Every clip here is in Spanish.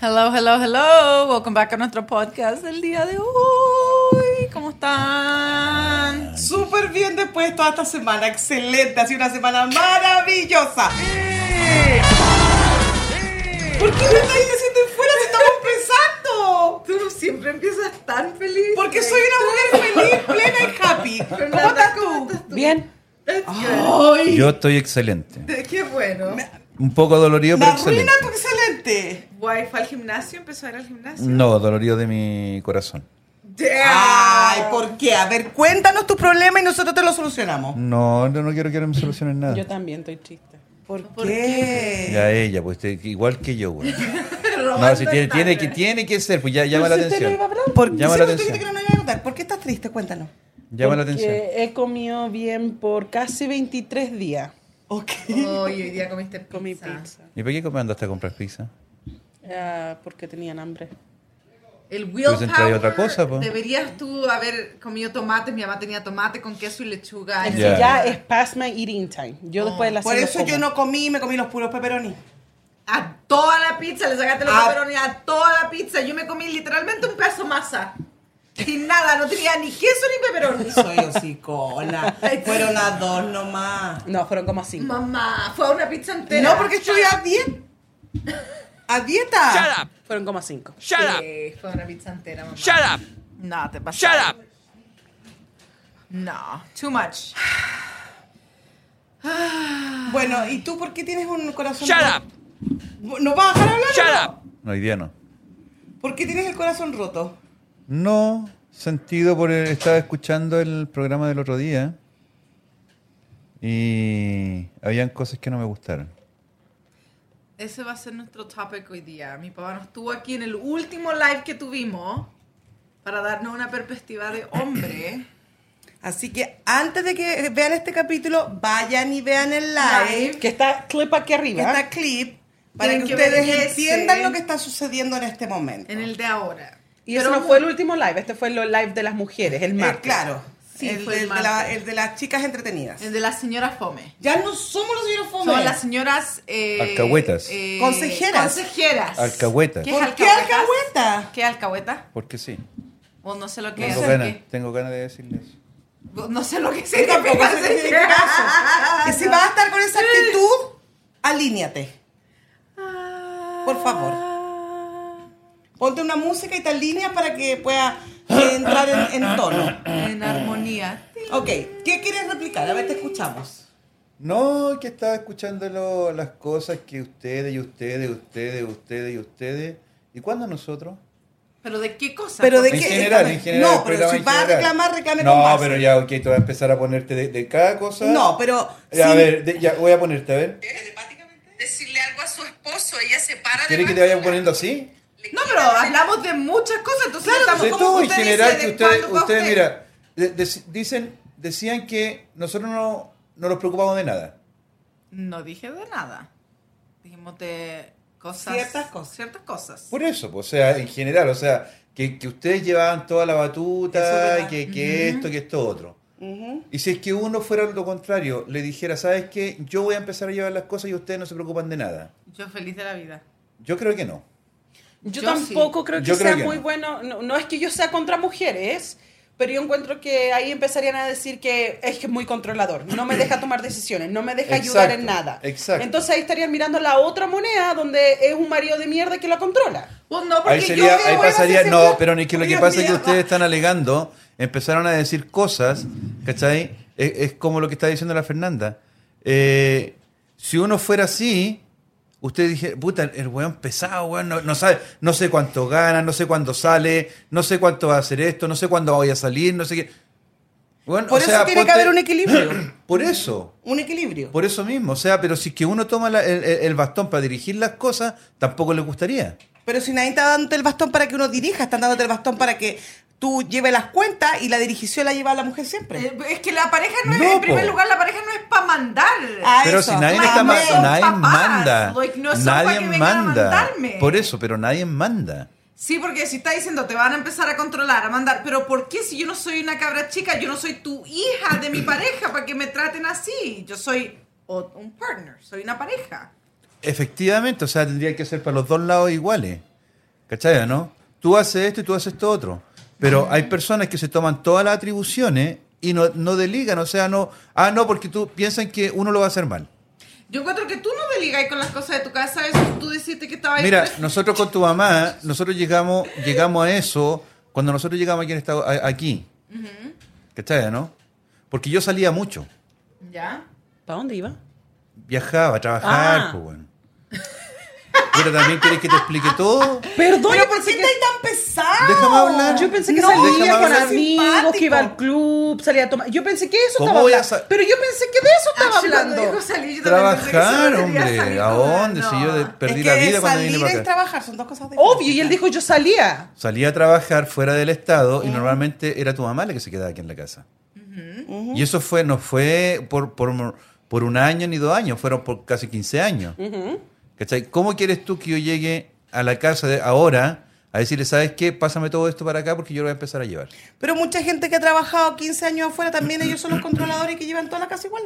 Hello, hello, hello. Welcome back a nuestro podcast del día de hoy. ¿Cómo están? Súper bien después de toda esta semana, excelente, ha sido una semana maravillosa. ¿Por qué me estáis diciendo en fuera si estamos pensando? Tú siempre empiezas tan feliz. Porque soy una mujer feliz, plena y happy. ¿Cómo estás tú? Ah. Bien. Ay, Yo estoy excelente. Qué bueno. Un poco dolorido, la pero arruina excelente. tu excelente. Guay, fue al gimnasio, empezó a ir al gimnasio. No, dolorido de mi corazón. Ay, ¿por qué? A ver, cuéntanos tu problema y nosotros te lo solucionamos. No, no, no quiero que me solucionen nada. Yo también estoy triste. ¿Por, qué? Ya ella, pues te- igual que yo, güey. No, si tiene, tiene que, tiene que ser, pues ya llama la atención. ¿Por qué Llama si la tú dijiste que atención. no ibas a notar? ¿Por qué estás triste? Cuéntanos. Llama la Porque atención. He comido bien por casi 23 días. Ok. Hoy, hoy día comiste pizza. Comí pizza. ¿Y por qué me andaste a comprar pizza? Ah, porque tenían hambre. El Hubiesen traído willpower. otra cosa, po. Deberías tú haber comido tomates. Mi mamá tenía tomate con queso y lechuga. Es que Ya. ya es past my eating time. Yo después de la Ah, Oh, Por cena eso como. yo no comí, me comí los puros pepperoni. A toda la pizza le sacaste los A- pepperoni. A toda la pizza. Yo me comí literalmente un pedazo de masa. Sin nada. No tenía ni queso ni pepperoni. Soy hocicola. Fueron las dos nomás. No, fueron como cinco. Mamá, fue una pizza entera. No, porque estoy a dieta. A dieta. Eh, Fueron como cinco. Shut up. Fue una pizza entera, mamá. No, te pasa. Shut up. No, too much. Bueno, ¿y tú por qué tienes un corazón? Shut up. ¿No vas a dejar hablar? Shut up. No, hoy día no. ¿Por qué tienes el corazón roto? No, sentido por el- estaba escuchando el programa del otro día y habían cosas que no me gustaron. Ese va a ser nuestro topic hoy día. Mi papá nos estuvo aquí en el último live que tuvimos para darnos una perspectiva de hombre. Así que antes de que vean este capítulo, vayan y vean el live, Live. Que está clip aquí que arriba. está clip, para que, Tienen que ver ustedes ese. entiendan lo que está sucediendo en este momento. En el de ahora. Y eso no fue el último live. Este fue el live de las mujeres, el Eh, martes. claro, Sí, el, fue el del- de la- martes. el de las chicas entretenidas. El de la señora Fome. Ya no somos los señores fome. Son las señoras... eh, Alcahuetas. eh, Consejeras. Consejeras. Alcahuetas. ¿Qué es ¿Por qué alcahuetas? alcahueta? ¿Qué es alcahueta? Porque sí. O no sé lo que Tengo es. ganas, ¿Qué? tengo ganas de decirles. No sé lo que es. Que tampoco se tiene que caso. Que si vas a estar con esa actitud, alíñate. Por favor. Ponte una música y te alineas para que pueda eh, entrar en, en tono. En armonía. Ok, ¿qué quieres replicar? A ver, te escuchamos. No, que estaba escuchando lo- las cosas que ustedes y ustedes, ustedes, ustedes y ustedes. ¿Y cuándo nosotros? ¿Pero de qué cosa? Pero de en qué- general, en general. No, el pero programa si en vas a general. reclamar, reclame No, con base. pero ya, ok, te voy a empezar a ponerte de, de cada cosa. No, pero. Ya, eh, A sí, ver, de- ya, voy a ponerte, a ver. Decirle algo a su esposo. Ella se para ¿Quieres que te vaya poniendo así? No, pero hablamos de muchas cosas, entonces estamos de como todo en usted dice, general ¿de que ustedes, cuándo va ustedes usted? mira, de- de- dicen, decían que nosotros no, no nos preocupamos de nada. No dije de nada. Dijimos de cosas. Ciertas cosas. Ciertas cosas. Por eso, pues, o sea, en general, o sea, que, que ustedes llevaban toda la Eso es batuta, verdad. que, que esto, que esto otro. ujú. Y si es que uno fuera lo contrario, le dijera, ¿sabes qué? Yo voy a empezar a llevar las cosas y ustedes no se preocupan de nada. Yo feliz de la vida. Yo creo que no. Yo, Yo tampoco creo que Yo creo sea que muy no. bueno. No, no es que yo sea contra mujeres, pero yo encuentro que ahí empezarían a decir que es que es muy controlador. No me deja tomar decisiones, no me deja ayudar en Exacto, nada. exacto. Entonces ahí estarían mirando la otra moneda donde es un marido de mierda que la controla. Pues no, porque Ahí sería, yo ahí digo, pasaría, bueno, no, siempre- pero es que lo que Dios pasa es que mío. ustedes están alegando, empezaron a decir cosas, ¿cachai? Es, es como lo que está diciendo la Fernanda. Eh, si uno fuera así, ustedes dijeron, puta, el weón pesado, weón, no, no sabe, no sé cuánto gana, no sé cuándo sale, no sé cuánto va a hacer esto, no sé cuándo voy a salir, no sé qué. Weón, Por o eso sea, tiene que ponte- haber un equilibrio. Por eso. Un equilibrio. Por eso mismo, o sea, pero si es que uno toma la- el, el- el bastón para dirigir las cosas, tampoco le gustaría. Pero si nadie está dándote el bastón para que uno dirija, están dándote el bastón para que tú lleves las cuentas y la dirigición la lleva la mujer siempre. Eh, Es que la pareja no, es, No, en primer po. lugar, la pareja no es para mandar. Ah, Pero eso. si nadie, Mamá, está ma- son nadie papás, manda. like, no son pa' nadie que vengan a manda. mandarme. Por eso, pero nadie manda. Sí, porque si está diciendo te van a empezar a controlar, a mandar, pero ¿por qué si yo no soy una cabra chica? Yo no soy tu hija de mi pareja para que me traten así. Yo soy o- un partner, soy una pareja. Efectivamente, o sea, tendría que ser para los dos lados iguales. ¿Cachai, o no? Tú haces esto y tú haces esto otro. Pero Ah. hay personas que se toman todas las atribuciones y no, no deligan, o sea, no, ah, no, porque tú piensan que uno lo va a hacer mal. Yo encuentro que tú no deligáis con las cosas de tu casa, eso tú deciste que estaba ahí. Mira, preso. nosotros con tu mamá, nosotros llegamos, llegamos a eso cuando nosotros llegamos aquí. En esta- a- aquí. ¿Cachai, no? Porque yo salía mucho, ¿Ya? ¿Para dónde iba? viajaba, a trabajar, Ah. pues bueno. Pero también quieres que te explique todo. Perdón, Pero yo ¿por qué pensé que, estáis tan pesado? Déjame hablar. Ah, yo pensé que No, salía déjame con hablar. amigos, que iba al Simpático. club, salía a tomar. Yo pensé que eso ¿Cómo estaba voy a hablando. sa- Pero yo pensé que de eso estaba Ah, sí, cuando hablando. dijo salir, yo también pensé que Trabajar, solo quería hombre. salir ¿A con- dónde? Si No. yo de- perdí es la que vida cuando salir vine para es acá. trabajar, son dos cosas diferentes. Obvio, y él dijo yo salía. Salía a trabajar fuera del estado y normalmente era tu mamá la que se quedaba aquí en la casa. Y eso fue, no fue por, por, por un año ni dos años, fueron por casi 15 años. ¿Cachai? ¿Cómo quieres tú que yo llegue a la casa de ahora a decirle, ¿sabes qué? Pásame todo esto para acá porque yo lo voy a empezar a llevar. Pero mucha gente que ha trabajado 15 años afuera también, ellos son los controladores que llevan toda la casa igual.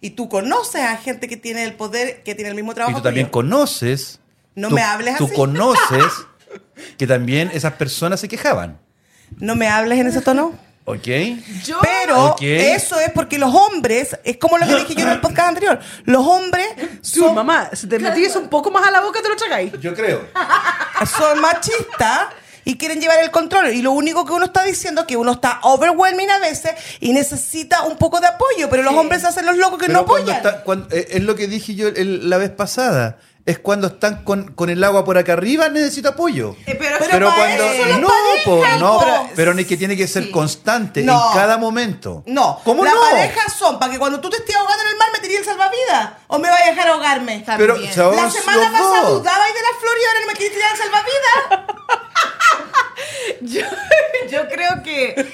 Y tú conoces a gente que tiene el poder, que tiene el mismo Y trabajo. tú que también yo. conoces. No tú- me hables Tú así. conoces que también esas personas se quejaban. No me hables en ese tono. ¿Ok? Yo, Pero Ok. eso es porque los hombres, es como lo que dije yo en el podcast anterior, los hombres Su son, mamá, si te metís un poco más a la boca, te lo tragáis. Yo creo. son machistas y quieren llevar el control. Y lo único que uno está diciendo es que uno está overwhelming a veces y necesita un poco de apoyo, pero los hombres se hacen los locos que Pero no cuando apoyan. está- cuan- eh, es lo que dije yo el- la vez pasada. Es cuando están con, con el agua por acá arriba, necesito apoyo. Eh, pero- Pero para eso la no, pareja, po, no, po. pero, pero ni que tiene que ser Sí. constante No. en cada momento. No, ¿Cómo las no? parejas son para que cuando tú te estés ahogando en el mar me tiré el salvavidas o me vayas a dejar ahogarme. Pero También. se ahogan La semana los pasada dos. dudaba y de la flor y ahora no me quieres tirar el salvavidas. yo, yo creo que.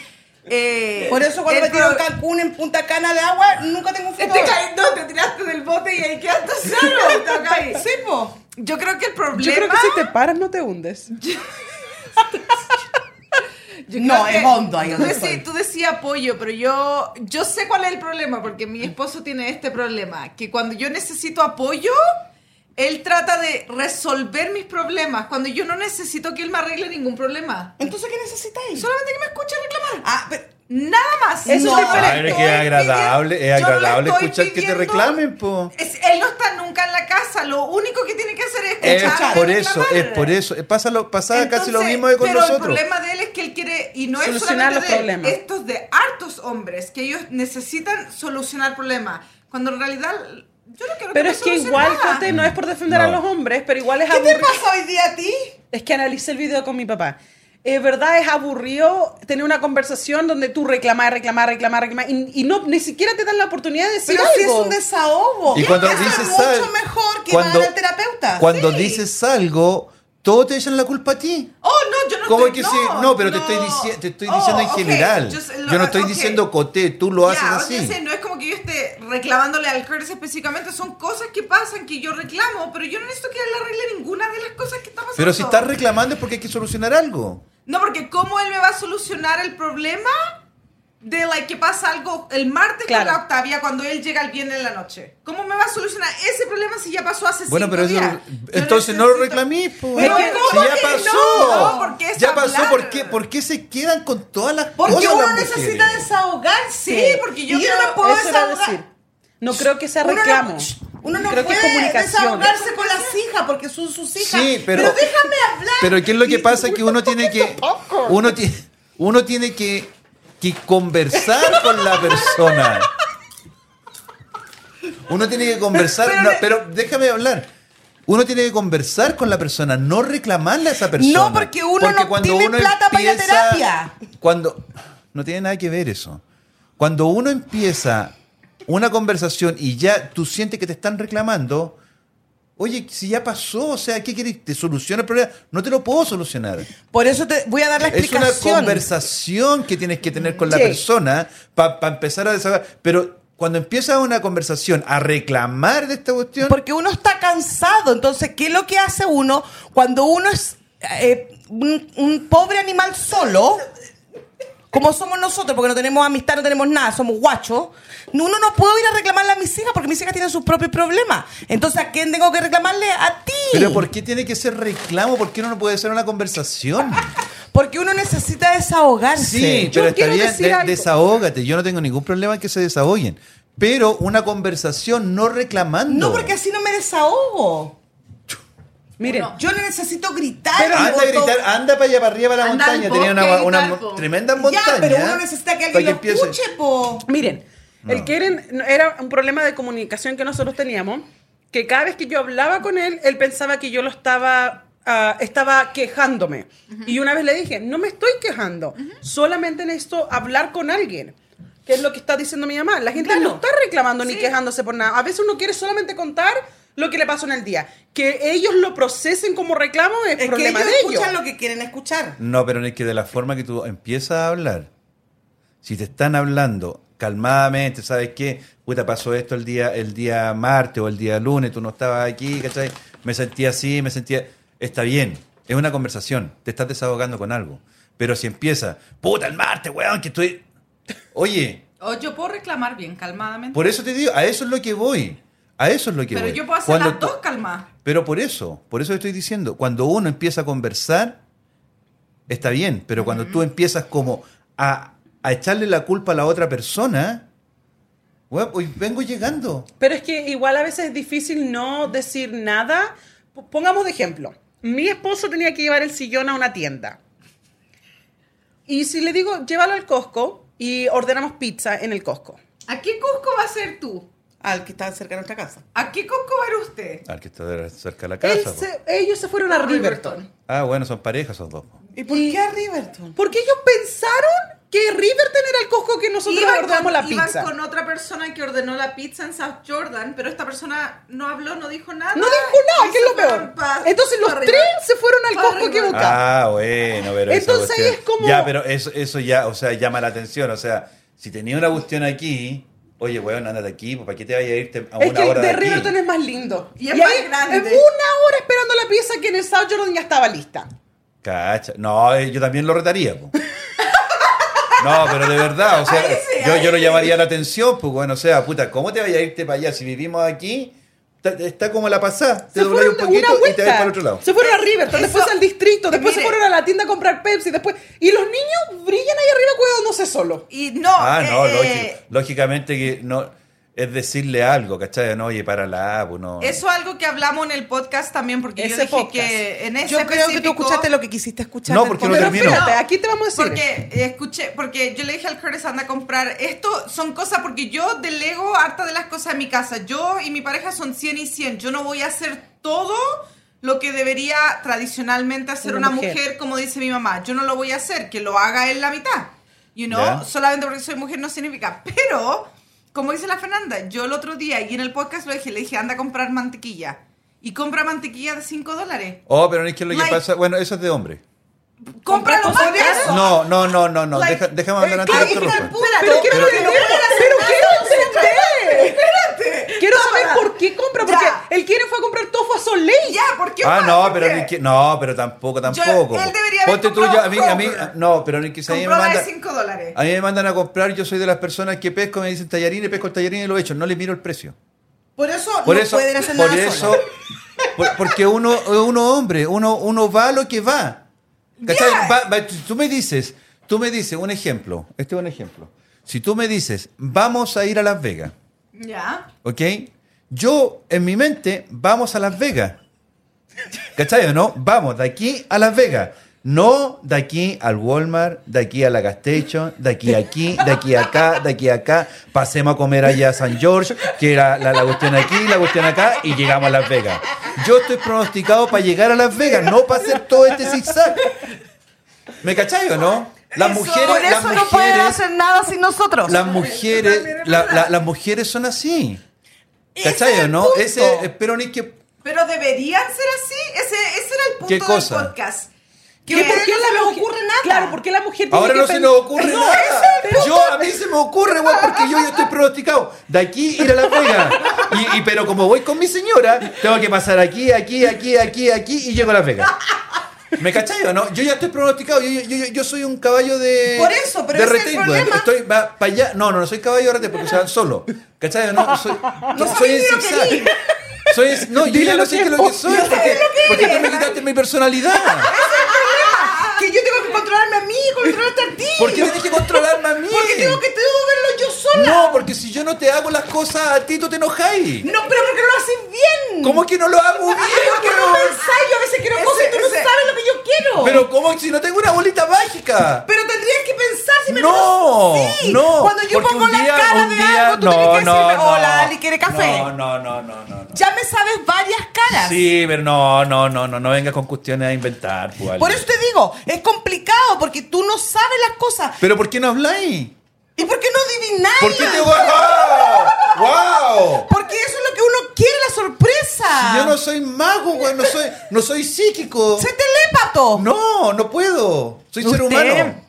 eh, Por eso cuando el me tiro en pro- Cancún en Punta Cana de agua nunca tengo un Te Este futuro. caí- no, te tiraste del bote y ahí quedaste solo. te caí. Sí, po. Yo creo que el problema. Yo creo que si te paras, no te hundes. Yo No, creo es que- hondo ahí tú, donde decí- estoy. tú decías apoyo, pero yo, yo sé cuál es el problema, porque mi esposo tiene este problema, que cuando yo necesito apoyo, él trata de resolver mis problemas, cuando yo no necesito que él me arregle ningún problema. Entonces, ¿qué necesitáis? Solamente que me escuche reclamar. Ah, pero, Nada más. Eso es No, diferente. Ay, pero estoy que es agradable, pidiendo- es yo no le agradable estoy escuchar que te pidiendo- reclamen, po. Es- él no está nunca en la casa, lo único que tiene que hacer es Es escuchar. por eso, es por eso. Pasa, lo, pasa casi lo mismo que con pero nosotros. el problema de él es que él quiere, y no es Solucionar solamente los de él, problemas. estos de hartos hombres, que ellos necesitan solucionar problemas, cuando en realidad yo no quiero me Pero es que solucionen igual, nada. Cote, no es por defender a No. los hombres, pero igual es ¿Qué te aburrido. pasa hoy día a ti? Es que analicé el video con mi papá. Es verdad, es aburrido tener una conversación donde tú reclamas, reclamas, reclamas, reclamas, y, y no, ni siquiera te dan la oportunidad de decir Pero si es algo. un desahogo. Y cuando Eso dices es mucho sal- mejor que cuando- van al terapeuta. Cuando Sí. dices algo, todos te echan la culpa a ti. Oh, no, yo no ¿Cómo estoy- que sí? No, pero te estoy, dici- te estoy diciendo Oh, en ok, general. just- lo- Yo no estoy ok. diciendo coté, tú lo Ya, haces o sea, así. sí, no es como que yo esté reclamándole al Curtis específicamente, son cosas que pasan que yo reclamo, pero yo no necesito que él arregle ninguna de las cosas que está pasando. Pero si estás reclamando es porque hay que solucionar algo. No, porque ¿cómo él me va a solucionar el problema de like, que pasa algo el martes Claro. con la Octavia cuando él llega el viernes en la noche? ¿Cómo me va a solucionar ese problema si ya pasó hace Bueno, cinco pero eso, días? Yo entonces no lo necesito- reclamé, po. Pero Si ¿cómo ya que pasó. no? Porque es ya pasó, hablar. ¿por qué, por qué se quedan con todas las Porque cosas? uno las necesita mujeres? desahogarse. Sí, porque yo Y yo creo- no puedo Eso era desahogar. decir. No creo que sea Uno no- reclamo. Uno no creo que puede es comunicación. desahogarse con las hijas porque son sus hijas. Sí, pero- déjame hablar. Pero ¿qué es lo que pasa? Que uno tiene que. Uno, ti- uno tiene que, que conversar con la persona. Uno tiene que conversar. no, Pero, déjame hablar. Uno tiene que conversar con la persona, no reclamarle a esa persona. No, porque uno no tiene plata para ir a terapia. Cuando. No tiene nada que ver eso. Cuando uno empieza una conversación y ya tú sientes que te están reclamando, Oye, si ya pasó, o sea, ¿qué quieres? ¿Te soluciona el problema? No te lo puedo solucionar. Por eso te voy a dar la Es una explicación. conversación que tienes que tener con la Sí. persona para empezar a desahogar. Pero cuando empiezas una conversación a reclamar de esta cuestión, Porque uno está cansado. Entonces, ¿qué es lo que hace uno cuando uno es eh, un, un pobre animal solo? como somos nosotros, porque no tenemos amistad, no tenemos nada, somos guachos, uno no puedo ir a reclamarle a mis hijas porque mis hijas tienen sus propios problemas. Entonces, ¿a quién tengo que reclamarle? A ti. Pero ¿por qué tiene que ser reclamo? ¿Por qué no puede ser una conversación? Ah, Porque uno necesita desahogarse. Sí, yo pero está quiero bien, decir de- algo. desahógate. Yo no tengo ningún problema en que se desahoguen. Pero una conversación no reclamando. No, porque así no me desahogo. Miren, Yo no necesito gritar. Pero y anda a voto- gritar, anda para allá, para arriba, para la Anda al montaña. Tenía una, bosque a una gritar, po. tremenda montaña. ¿eh? Ya, pero uno necesita que para alguien lo empiece. escuche, po. Miren, el Keren no- era un problema de comunicación que nosotros teníamos, que cada vez que yo hablaba con él, él pensaba que yo lo estaba, ah, estaba quejándome. Y una vez le dije, no me estoy quejando, solamente necesito hablar con alguien. Que es lo que está diciendo mi mamá. La gente no está reclamando ni quejándose por nada. A veces uno quiere solamente contar lo que le pasó en el día. Que ellos lo procesen como reclamo es, Es que problema ellos de ellos. escuchan lo que quieren escuchar. No, pero es que de la forma que tú empiezas a hablar, si te están hablando calmadamente, ¿sabes qué? Puta, pasó esto el día, el día martes o el día lunes, tú no estabas aquí, ¿cachai? Me sentía así, me sentía... Está bien, es una conversación, te estás desahogando con algo. Pero si empieza, puta, el martes, weón, que estoy... Oye, O yo puedo reclamar bien, calmadamente. por eso te digo, a eso es lo que voy. A eso es lo que pero voy. yo puedo hacer Cuando las tú- dos calmadas. pero por eso, por eso estoy diciendo, cuando uno empieza a conversar, está bien, pero cuando tú empiezas como a, a echarle la culpa a la otra persona, weón, hoy vengo llegando. Pero es que igual a veces es difícil no decir nada. P- Pongamos de ejemplo. Mi esposo tenía que llevar el sillón a una tienda. Y si le digo, llévalo al Costco y ordenamos pizza en el Costco. ¿A qué Cusco va a ser tú? Al que está cerca de nuestra casa. ¿A qué Cusco va a ir usted? Al Ah, que está cerca de la Él casa. po. se- ellos se fueron a Riverton. Ah, bueno, son parejas esos dos. po. ¿Y por qué a Riverton? Porque ellos pensaron que Riverton era el Costco que nosotros Iban ordenamos con- la iban pizza. con otra persona que ordenó la pizza en South Jordan, pero esta persona no habló, no dijo nada. No dijo Ah, nada, y que se es lo fueron peor. pa- Entonces los pa' tres arriba. se fueron al Pa' Costco que arriba. buscaban. Ah, bueno, pero esa Entonces ahí cuestión- es como- Ya, pero eso, eso ya, o sea, llama la atención. O sea, si tenía una cuestión aquí, oye, weón, ándate aquí, po, ¿para qué te vayas a irte a una Es que el hora de de aquí? Riverton es más lindo. Y es más grande. Es una hora esperando la pieza que en el South Jordan ya estaba lista. Cacha. No, eh, yo también lo retaría. po. No, pero de verdad, o sea, Ahí sí, yo, ahí yo no sí. llamaría la atención, pues bueno, o sea, puta, ¿cómo te vayas a irte para allá? Si vivimos aquí, está, está como la pasada, te Se doblas fueron un poquito una y te vuelta. vas para el otro lado. Se fueron a Riverton, después Eso- al distrito, después se Mire. fueron a la tienda a comprar Pepsi, después. Y los niños brillan ahí arriba cuidándose solo. Y no, Ah, no, eh, lógico. lógicamente que no, es decirle algo, ¿cachai? No, oye, para la, pues no. Eso es algo que hablamos en el podcast también, porque yo Ese dije podcast. que en ese Yo creo que tú específico- escuchaste lo que quisiste escuchar. No, del porque no podcast. Pero termino. espérate, No, Eh, aquí te vamos a decir. Porque eh, escuché, porque yo le dije al Curtis anda a comprar esto, son cosas, porque yo delego harta de las cosas en mi casa. Yo y mi pareja son 100 y 100. Yo no voy a hacer todo lo que debería tradicionalmente hacer Una una, mujer. mujer. como dice mi mamá. Yo no lo voy a hacer, que lo haga él la mitad. You know, Ya. solamente porque soy mujer no significa. Pero, como dice la Fernanda, yo el otro día y en el podcast lo dije, le dije, anda a comprar mantequilla. Y compra mantequilla de 5 dólares. Oh, pero no es que lo que Like- pasa, bueno, eso es de hombre. Compra lo cosas más de caro. eso. No, no, no, no, no, Like- eh, deja- déjame hablar antes Claro, de es que otro, era pues. el punto, Pero quiero pero- entender, pero- pero quiero entender. Quiero saber Toma. por qué compra, porque Ya. él quiere fue a comprar tofu a Soleil. Ya, ¿por qué? Ah, más? no, ¿Por pero qué? ni que- no, pero tampoco, tampoco. él po. debería haber Ponte tú comprado yo- a mí, a mí, ah, Kroger. no, pero ni que se Ah, Compró la de 5 dólares. A mí me mandan a comprar, yo soy de las personas que pesco, me dicen tallarín, y pesco el tallarín y lo echo, no le miro el precio. Por eso Por no eso, pueden hacer por nada eso, solos. por- porque uno es uno hombre, uno, uno va a lo que va. ¿Cachai? Ya. Va- va- tú me dices, tú me dices, un ejemplo, este es un ejemplo. Si tú me dices, vamos a ir a Las Vegas, Ya. ¿ok? Yo, en mi mente, vamos a Las Vegas. ¿Cachai o no? Vamos, de aquí a Las Vegas. No de aquí al Walmart, de aquí a la gas station, de aquí a aquí, de aquí a acá, de aquí a acá. Pasemos a comer allá a San George, que era la, la cuestión aquí, la cuestión acá, y llegamos a Las Vegas. Yo estoy pronosticado para llegar a Las Vegas, no para hacer todo este zigzag. ¿Me cachai o no? Las Eso- mujeres, Por las eso no pueden mujeres, hacer nada sin nosotros. las mujeres, la- la- las mujeres son así. Ese es ¿Cachai o el no? punto. Ese, eh, pero ni que. Pero deberían ser así. Ese, ese era el punto ¿Qué del cosa? podcast. ¿Qué- Que por qué no la se les mujer- ocurre nada. Claro, porque la mujer tiene Ahora que no se pen- nos ocurre No, nada. ese es el Yo a mí se me ocurre, weón, porque yo ya estoy pronosticado. De aquí ir a Las Vegas. Y, y- pero como voy con mi señora, tengo que pasar aquí, aquí, aquí, aquí, aquí y llego a Las Vegas. ¿Me cachai o no? Yo ya estoy pronosticado. Yo, yo, yo, yo soy un caballo de. Por eso, pero de ese es el retén, weón. problema. Estoy para allá. No, no, no soy caballo de retén porque se van solo. ¿Cachai o no? Soy, No soy sabía lo que zigzag. di. Soy en- no, yo ya no sé qué es lo que soy. Yo sé lo Porque, que porque tú eres. me quitaste mi personalidad. Ah, Que yo tengo que controlarme a mí y controlarte a ti. ¿Por qué tienes que controlarme a mí? Porque tengo que tengo que verlo yo sola. No, porque si yo no te hago las cosas a ti, tú te enojáis. No, pero porque lo haces bien. Ah, ¿Cómo que no lo hago bien? Porque no pensáis, yo a veces quiero Ese- cosas y tú no ese- sabes lo que yo quiero. Pero ¿cómo si no tengo una bolita mágica? Pero tendrías que pensar si me No, Sí, no. Cuando yo porque pongo un la día- cara un de día- algo, tú no, tienes que no, decirme, no. hola, Ali, ¿quiere café? No, no, no, no, no. no. Ya me sabes varias caras. Sí, pero no, no, no, no, no vengas con cuestiones a inventar, pues, Ale. Por eso te digo, es complicado porque tú no sabes las cosas. ¿Pero por qué no habláis? ¿Y por qué no adivináis? ¿Por qué te voy a... ¡Wow! ¡Wow! Porque eso es lo que uno quiere, la sorpresa. Yo no soy mago, güey, no soy, no soy psíquico. Sé telépato. No, no puedo. Soy ser Usted humano.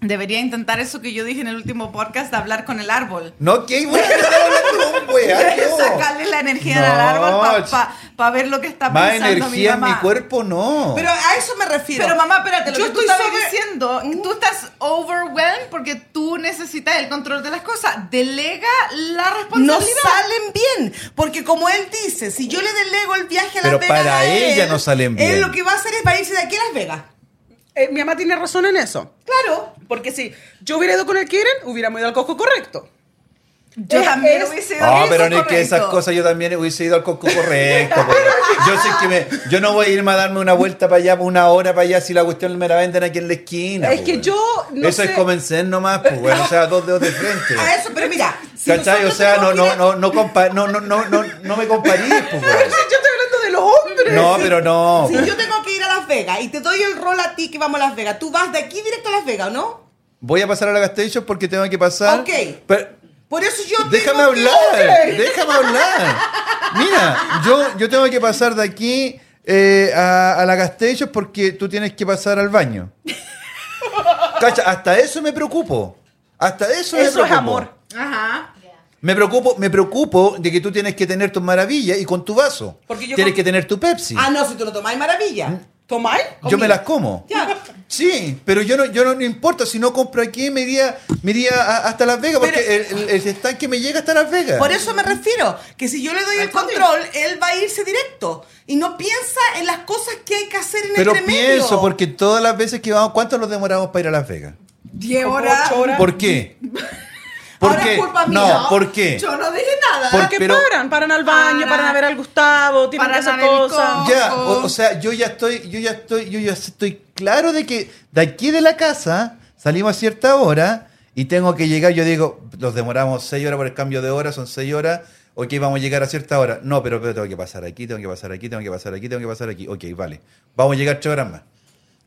Debería intentar eso que yo dije en el último podcast de hablar con el árbol. No, ¿qué güey? ¿Qué estás hablando de un güey? Ay, no. Sacarle la energía al No, árbol ch- para ver lo que está Más pensando mi energía en mamá. mi cuerpo, no. Ah, Pero a eso me refiero. Pero mamá, espérate, lo Yo que tú estoy estabas sobre- diciendo, tú estás overwhelmed porque tú necesitas el control de las cosas. Delega la no responsabilidad. salen bien. Porque como él dice, si yo le delego el viaje a Las Pero Vegas. para a ella él, no salen Él bien. lo que va a hacer es va a irse de aquí a Las Vegas. Eh, mi mamá tiene razón en eso. Claro. Porque si yo hubiera ido con el Kiren, hubiéramos ido al coco correcto. Yo Es- también es- hubiese ido Ah, eso, pero no es que correcto. esas cosas yo también hubiese ido al coco correcto. po. Yo sé que me, yo no voy a irme a darme una vuelta para allá, una hora para allá, si la cuestión me la venden aquí en la esquina. Es po, que weón. yo no Eso sé- es convencer nomás, pues, weón, o sea, dos dedos de frente. A eso, pero mira. si ¿Cachai? O nosotros sea, no, tenemos que ir no, a- no, no, compa- no, no, no, no, no me comparís, pues, Pero weón. si yo estoy hablando de los hombres. No, pero no. Si yo tengo que ir a Las Vegas y te doy el rol a ti que vamos a Las Vegas, tú vas de aquí directo a Las Vegas, ¿o no? Voy a pasar a la Gastation porque tengo que pasar. Ok. Pero- Por eso yo tengo Déjame que- hablar, déjame hablar. Mira, yo, yo tengo que pasar de aquí eh, a, a la Gastation porque tú tienes que pasar al baño. Cacha, hasta eso me preocupo. Hasta eso, me Eso es preocupo. amor. Ajá. Me preocupo, me preocupo de que tú tienes que tener tus maravillas y con tu vaso. Porque yo tienes con- que tener tu Pepsi. Ah, no, si tú no tomás maravilla. ¿Tomáis? Yo me las como. Ya. Sí, pero yo no, yo no, no importa. Si no compro aquí, me iría, me iría a- hasta Las Vegas. porque el, el, el estanque me llega hasta Las Vegas. Por eso me refiero, que si yo le doy el control, él va a irse directo. Y no piensa en las cosas que hay que hacer en este Pero el remedio. pienso, porque todas las veces que vamos, ¿cuánto nos demoramos para ir a Las Vegas? Diez Como horas. ocho horas. ¿Por qué? ¿Por Ah. Ahora qué? es culpa mía, no, ¿por qué? Yo no dije nada. Por- Porque pero- Ah, paran, paran al baño, Paran. paran a ver al Gustavo, tienen que Paran a hacer ver el cosas. coco. Ya, o, o sea, yo ya estoy, yo ya estoy, yo ya estoy claro de que de aquí de la casa salimos a cierta hora y tengo que llegar, yo digo, nos demoramos seis horas por el cambio de hora, son seis horas, ok, vamos a llegar a cierta hora. No, pero, pero tengo que pasar aquí, tengo que pasar aquí, tengo que pasar aquí, tengo que pasar aquí. Ok, vale. Vamos a llegar tres horas más.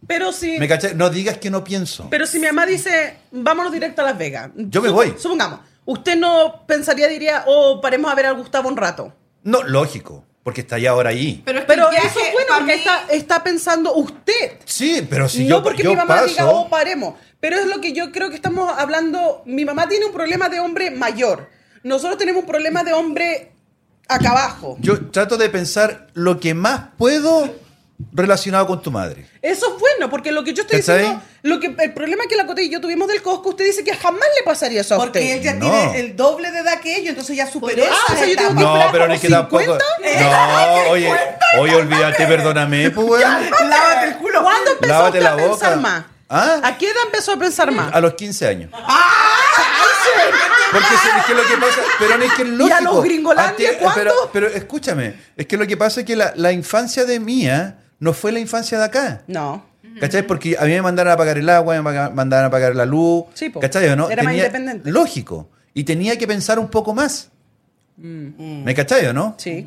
Pero si, ¿Me caché? No digas que no pienso. pero si mi mamá dice, vámonos directo a Las Vegas. Yo me voy. Supongamos, usted no pensaría, diría, oh, paremos a ver al Gustavo un rato. No, lógico, porque está ya ahora ahí. pero es que Pero el viaje, eso es bueno pa' porque mí- está, está pensando usted. Sí, pero si no yo, porque yo mi mamá paso, diga, oh, paremos. Pero es lo que yo creo que estamos hablando. Mi mamá tiene un problema de hombre mayor. Nosotros tenemos un problema de hombre acá abajo. yo trato de pensar lo que más puedo relacionado con tu madre. Eso es bueno, porque lo que yo estoy ¿Cachai? diciendo, lo que, el problema que la Cote y yo tuvimos del Costco, usted dice que jamás le pasaría eso a Porque él usted. ya No. tiene el doble de edad que ellos, entonces ya superó eso, esa o sea, yo tengo etapa. que- No, comprar pero como es que tampoco. 50? No, oye, oye, olvídate, perdóname, pues, weón. Lávate el culo. ¿Cuándo empezó Lávate usted la a pensar boca. más? ¿Ah? ¿A qué edad empezó a pensar más? A los 15 años. Ah, Porque es que lo que pasa, pero no es que es lógico. ¿Y a los Gringolandia Antes- eh, pero, cuánto? pero escúchame, es que lo que pasa es que la, la infancia de mía no fue la infancia de acá. No. ¿Cachai? Porque a mí me mandaron a pagar el agua, me paga- mandaron a pagar la luz. Sí, po. ¿Cachai o no? Era más independiente. Lógico. Y tenía que pensar un poco más. ¿Me cachai o no? Sí.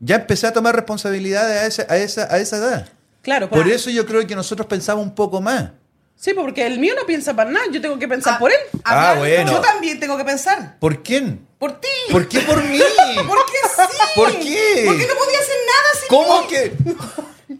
Ya empecé a tomar responsabilidades a esa, a esa, a esa edad. Claro, Por porque- eso yo creo que nosotros pensamos un poco más. Sí, pues, porque el mío no piensa para nada, yo tengo que pensar por él. Ah, Hablando, bueno. Yo también tengo que pensar. ¿Por quién? Por ti. ¿Por qué por mí? Porque sí. ¿Por qué? Porque no podía hacer nada sin ¿Cómo mí. que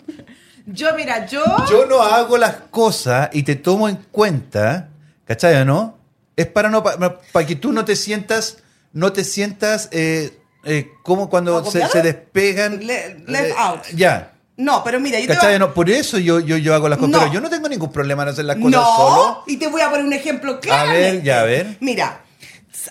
Yo, mira, yo... yo no hago las cosas y te tomo en cuenta? ¿Cachai o no? Es para no para que tú no te sientas no te sientas eh, eh, como cuando se, ¿Agobiada? se despegan Le- left eh, out. Ya. No, pero mira, yo te voy ¿Cachai? a- No, por eso yo, yo, yo hago las cosas. No. Pero yo no tengo ningún problema en hacer las cosas No, solo. y te voy a poner un ejemplo claro. ver, ya, a ver. Mira,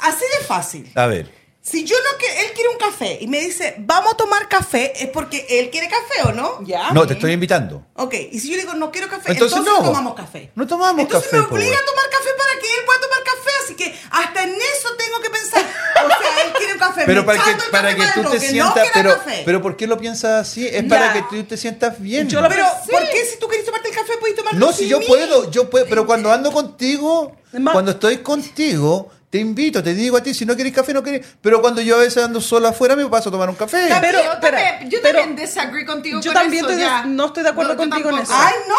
así Este de fácil. A ver. Si yo no que él quiere un café y me dice, vamos a tomar café, es porque él quiere café o no. Ya. no, te estoy invitando. Ok, y si yo le digo, no quiero café, Entonces entonces, no. tomamos café. No tomamos entonces café, pues. Entonces me obliga po, a tomar café para que él pueda tomar café, así que hasta en eso tengo que pensar. O sea, él quiere un café. Pero me para que, encanta el para café que tú lo te no sientas. quiera pero, café. pero ¿por qué lo piensas así? Es Ya. para que tú te sientas bien. Yo lo- Pero, Sí. ¿por qué si tú quieres tomarte el café puedes tomarlo No, si sin yo mí? puedo, yo puedo, pero cuando ando contigo, Ma- cuando estoy contigo, te invito, te digo a ti, si no querés café, no querés. Pero cuando yo a veces ando sola afuera, me paso a tomar un café. Está bien, Pero, yo espera, también, yo pero- también disagree contigo yo con también eso, estoy ya. des- no estoy de acuerdo No, yo contigo en tampoco. eso. ¡Ay, no!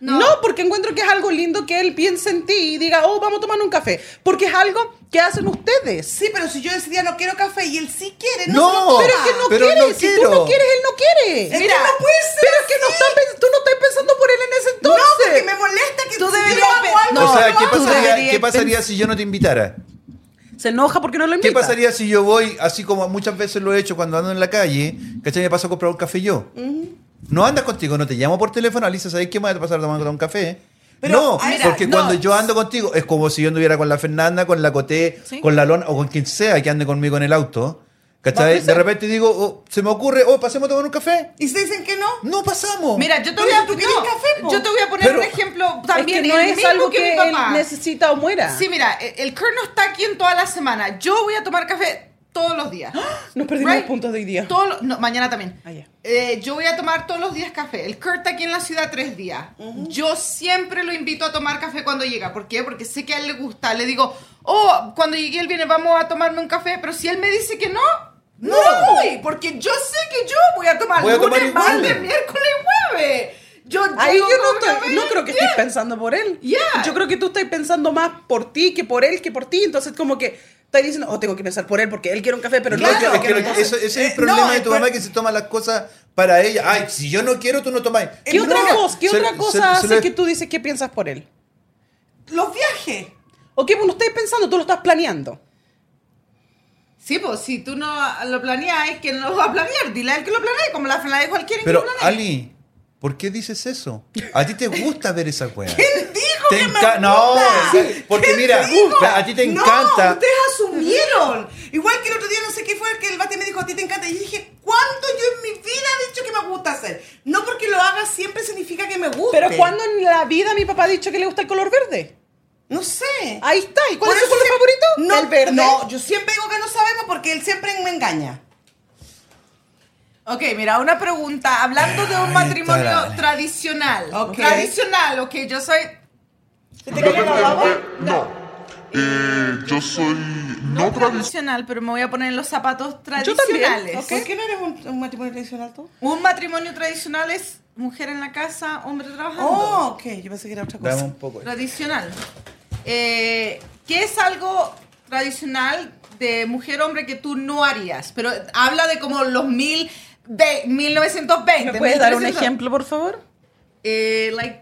No. No. porque encuentro que es algo lindo que él piense en ti y diga, oh, vamos a tomar un café. Porque es algo que hacen ustedes. Sí, pero si yo ese día no quiero café y él sí quiere, no, No, se lo Oh. toma. Pero es que no pero quiere. no si quiero. tú no quieres, él no Es quiere. que no puede ser Pero es que no así. está, pens- tú no estás pensando por él en ese entonces. No, porque me molesta que Tú si yo deberías hago pe- algo, o no, sea, lo ¿qué haga. pasaría, deberías ¿qué pasaría si yo no te invitara? Se enoja porque no lo invita. ¿Qué pasaría si yo voy, así como muchas veces lo he hecho cuando ando en la calle, ¿cachai? Me paso a comprar un café yo. No andas contigo, no te llamo por teléfono, Alisa, ¿sabes qué me voy a pasar a tomar un café? Pero, no, mira, porque no. cuando yo ando contigo, es como si yo anduviera con la Fernanda, con la Coté, con la Lona o con quien sea que ande conmigo en el auto. Va a ¿Cachai? ofrecer. De repente digo, oh, se me ocurre, oh, pasemos a tomar un café. Y si te dicen que no, No pasamos. Mira, yo te Pero voy a, si tú quieres no, café, po. yo te voy a poner Pero- un ejemplo Es también. que no el es mismo algo que, mi él papá. necesita o muera. Sí, mira, e, el el Kurt no está aquí en toda la semana. Yo voy a tomar café todos los días. Nos perdimos Right? ¡Ah! los puntos de hoy día. Todo lo- no, mañana también. Ah, ya. Eh, yo voy a tomar todos los días café. El Kurt está aquí en la ciudad tres días. Yo siempre lo invito a tomar café cuando llega. ¿Por qué? Porque sé que a él le gusta. Le digo, oh, cuando llegue él viene, vamos a tomarme un café. Pero si él me dice que no, no, voy. Porque yo sé que yo voy a tomar Voy a tomar lunes, igual. martes, miércoles, jueves. Yo, Ahí yo no, compro estoy- café no creo que estés pensando por él. Yeah. Yo creo que tú estás pensando más por ti que por él que por ti. Entonces, como que estás diciendo, oh, tengo que pensar por él porque él quiere un café, pero No, no yo- yo es que quiero lo- un café. eso- ese es el Eh, problema no, de tu pero- mamá que se toma las cosas para ella. Ay, si yo no quiero, tú no tomas. ¿Qué Eh, otra no. cosa, qué Se- otra se- cosa se hace lo- que tú dices que piensas por él? los viajes. ¿O qué bueno, estás pensando? Tú lo estás planeando. Sí, pues si tú no lo planeas, es que no lo va a planear. Dile a él que lo planee, como la planea cualquiera Pero, que lo planee. Ali, ¿por qué dices eso? A ti te gusta ver esa weá. ¿Quién dijo Te que me enca- gusta? no, es- porque ¿Quién mira, dijo? a ti te encanta. No, ustedes asumieron. Igual que el otro día no sé qué fue el que el bate me dijo, a ti te encanta. Y yo dije, ¿cuánto yo en mi vida he dicho que me gusta hacer? No porque lo haga siempre significa que me gusta. Pero cuando en la vida mi papá ha dicho que le gusta el color verde? No sé. Ahí está. ¿Y cuál Por es su eso color sie- favorito? No, el verde. No, yo siempre digo que no sabemos porque él siempre me engaña. Ok, mira, una pregunta. Hablando de un Ay, matrimonio tarale. tradicional. Ok. Tradicional, ok, yo soy. ¿Se te cayó la baba? No. Eh, yo soy no tradicional. Tradicional, pero me voy a poner en los zapatos también, tradicionales. ok. ¿Por qué no eres un, un matrimonio tradicional tú? Un matrimonio tradicional es mujer en la casa, hombre trabajando. Oh, ok. Yo pensé que era otra cosa. Dame un poco. Tradicional. Eh, ¿Qué es algo tradicional de mujer-hombre que tú no harías? Pero habla de como los mil. De 1920. ¿Me puedes dar un 1300. ejemplo, por favor? Eh, like,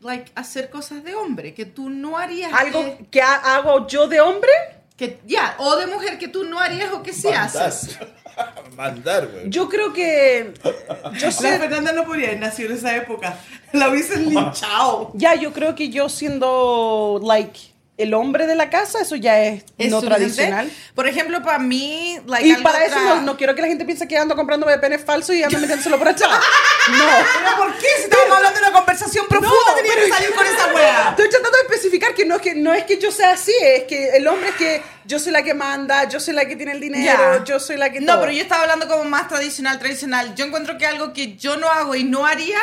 like hacer cosas de hombre que tú no harías. ¿Algo que- que ha- hago yo de hombre? Que, ya, o de mujer que tú no harías o que sí haces. Mandar, güey. Yo creo que... Yo La sé... Fernanda no podría haber nacido en esa época. La hubiesen linchado. Ya, yo creo que yo siendo, like, el hombre de la casa, eso ya es, Es no suficiente. tradicional. Por ejemplo, para mí, like, Y algo para eso tra- no, no quiero que la gente piense que ando comprando VPN falso y ando metiéndoselo por allá. No. ¿Pero por qué? Si estábamos hablando de una conversación profunda, tenía que salir con esa wea. Estoy tratando de especificar que no, es que no es que yo sea así, es que el hombre es que yo soy la que manda, yo soy la que tiene el dinero, Ya. yo soy la que... No, todo. pero yo estaba hablando como más tradicional, tradicional. Yo encuentro que algo que yo no hago y no haría,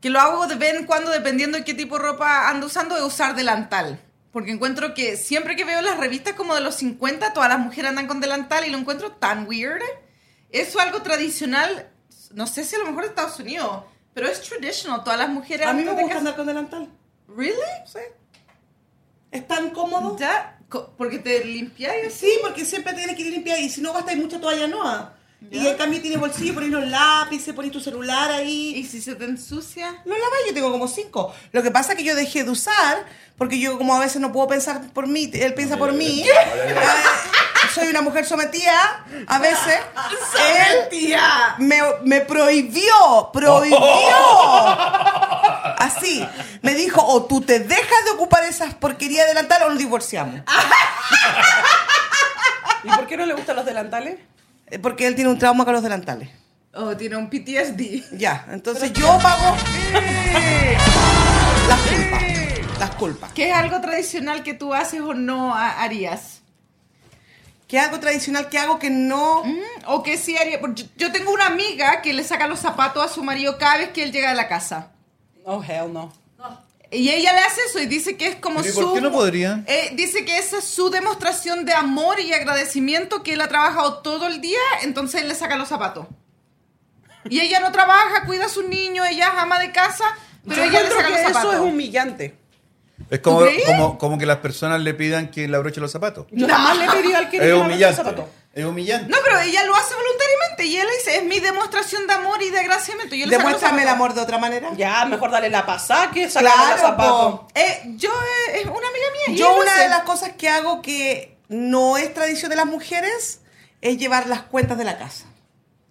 que lo hago de vez en cuando dependiendo de qué tipo de ropa ando usando, es usar delantal. Porque encuentro que siempre que veo las revistas como de los 50, todas las mujeres andan con delantal y lo encuentro tan weird. Eso es algo tradicional, no sé si a lo mejor de Estados Unidos, pero es traditional. Todas las mujeres A mí me andan de gusta casa- andar con delantal. ¿Really? Sí. ¿Es tan cómodo? Ya, co- porque te limpiáis. Sí, porque siempre tienes que limpiar y si no gastas mucha toalla nueva. Y en cambio tiene bolsillo, pones los lápices, pones tu celular ahí. Y si se te ensucia. No lavas, yo tengo como cinco. Lo que pasa es que yo dejé de usar, porque yo como a veces no puedo pensar por mí, él piensa por mí. Eh, soy una mujer sometida, a veces, él Tía. me, me prohibió, prohibió. Así. Me dijo, o tú te dejas de ocupar esas porquerías de delantal o nos divorciamos. ¿Y por qué no le gustan los delantales? Eh, Porque él tiene un trauma con los delantales. Oh, tiene un PTSD. Ya, entonces yo pago las culpas. Las culpas. ¿Qué es algo tradicional que tú haces o no ha- harías? ¿Qué hago tradicional? ¿Qué hago que no? Mm, ¿O qué sí haría? Porque Yo yo tengo una amiga que le saca los zapatos a su marido cada vez que él llega a la casa. Oh, hell no. Y ella le hace eso y dice que es como Pero, ¿y su... por qué no podría? Eh, dice que esa es su demostración de amor y agradecimiento que él ha trabajado todo el día, entonces él le saca los zapatos. Y ella no trabaja, cuida a su niño, ella es ama de casa, pero Yo ella le encuentro saca que los eso zapatos. es humillante. Es como, ¿Tú crees? como, como que las personas le pidan que le abroche los zapatos. Yo jamás le pedí al que Es me abroche el humillante. zapato. Es humillante. No, pero ella lo hace voluntariamente y él le dice, es mi demostración de amor y de agradecimiento. Yo le saco los Demuéstrame el zapatos. amor de otra manera. Ya, mejor dale la pasada que sacarle los zapatos. po. Eh, yo, eh, es una amiga mía. y Yo él lo una hace. de las cosas que hago que no es tradición de las mujeres es llevar las cuentas de la casa.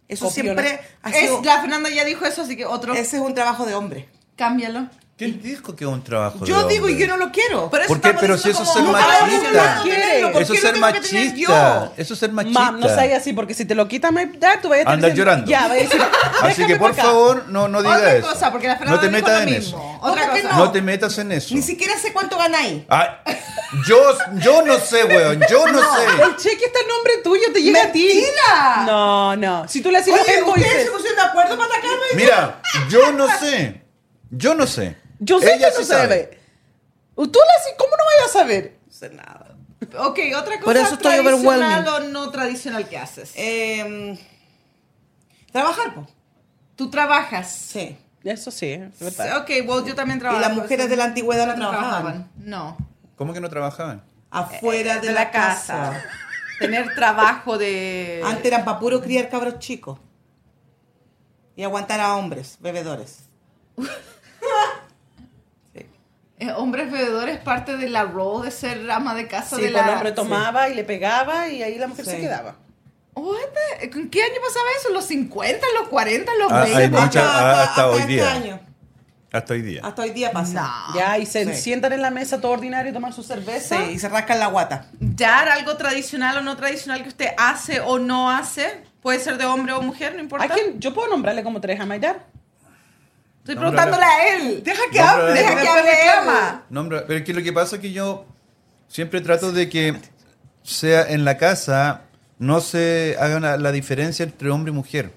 Eso Copiona. siempre ha Es- sido- la Fernanda ya dijo eso, así que otro, ese es un trabajo de hombre. cámbialo. ¿Quién dijo que es un trabajo? de Yo digo y yo hombre? no lo quiero. Por eso ¿Por qué? estamos Pero diciendo si eso es como, ser "No, no, no, machista. no, no, no, no, ¿por Eso es qué lo ser tengo que tener machista. yo? Eso es ser machista. Mam, no seas así, porque si te lo quitas, me- ya, tú vas a estar Andas diciendo- llorando. Ya, vas a decir, Así "Déjame que por acá". favor, no, no digas Ah, Otra eso. cosa, porque la no Fernanda te dijo metas lo en mismo. eso. Otra ¿Cómo que cosa. No te metas en eso. Ni siquiera sé cuánto ganáis. Ay, yo, yo no sé, weón. Yo no El sé. cheque está en nombre tuyo, te llega a ti. ¡Mentira! No, no. Si tú le haces los Oye, ¿ustedes invoices. se pusieron de acuerdo para atacarme? Mira, yo no sé. Yo no sé. Yo sé Ella que no sí se sabe. debe. Tú le haces, ¿cómo no vayas a saber? No sé nada. Ok, otra cosa Por eso estoy tradicional overwhelming. o no tradicional que haces. Eh, Em, trabajar, po. Tú trabajas. Sí. Eso sí, es verdad. Ok, well, yo también Y trabajo. las mujeres de la antigüedad no trabajaban. No. ¿Cómo que no trabajaban? Afuera de, de la, la casa. casa. Tener trabajo de... Antes eran para puro criar cabros chicos. Y aguantar a hombres, bebedores. Eh, hombres bebedores parte de la role de ser ama de casa Sí, de pues la... el hombre tomaba y le pegaba y ahí la mujer se Sí. quedaba. What the- ¿Con qué año pasaba eso? ¿Los 50, los 40, los Ah, 20? hay mucha- hasta hoy este día. año. Hasta hoy Ah. día. Hasta hoy día pasa. Ya, y se Ah, Sí. sientan en la mesa todo ordinario a tomar su cerveza. Sí, y se rascan la guata. Dar algo tradicional o no tradicional que usted hace o no hace. Puede ser de hombre o mujer, no importa. ¿A quién? Yo puedo nombrarle como tres a Maidar. Estoy No, preguntándole a él. Deja que No, hable, pero- deja que Pero- hable. pero- Reclama. No, hombre, pero es que lo que pasa es que yo siempre trato de que sea en la casa no se haga una- la diferencia entre hombre y mujer.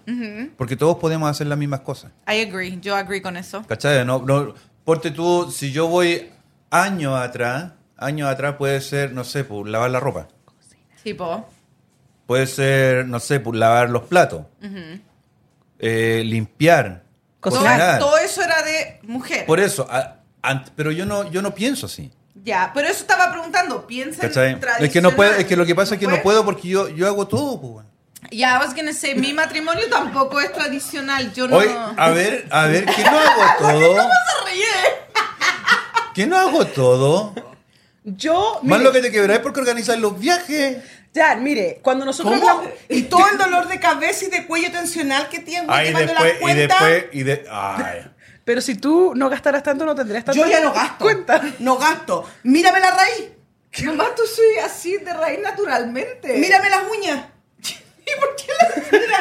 Porque todos podemos hacer las mismas cosas. I agree, yo agree con eso. ¿Cachai? No, no, ponte tú, si yo voy años atrás, años atrás puede ser, no sé, pues, lavar la ropa. Tipo, Puede ser, no sé, pues, lavar los platos. Eh, limpiar. todo, Cocinar. todo eso era de mujer. Por eso, a- ant- pero yo no, yo no pienso así. Ya, pero eso estaba preguntando, piensa en ¿Cachai? tradicional. Es que, no puedo, es que lo que pasa es que no Pues- puedo porque yo, yo hago todo. pues, weón. Ya, vas que say, mi matrimonio tampoco es tradicional, yo no... Hoy, ah. a ver, a ver, que no hago todo. Que no hago todo. Yo. Más mire, lo que te quebráis porque organizas los viajes. Ya, mire, cuando nosotros. ¿Cómo? hablamos- Y todo el dolor de cabeza y de cuello tensional que tiene Ay, llevando después, la y cuenta. después, y de. Ay. Pero si tú no gastaras tanto, no tendrías tanto. yo ya no gasto. Cuenta. No gasto. Mírame la raíz. Mamá, tú soy así de raíz naturalmente. Mírame las uñas. ¿y por qué las,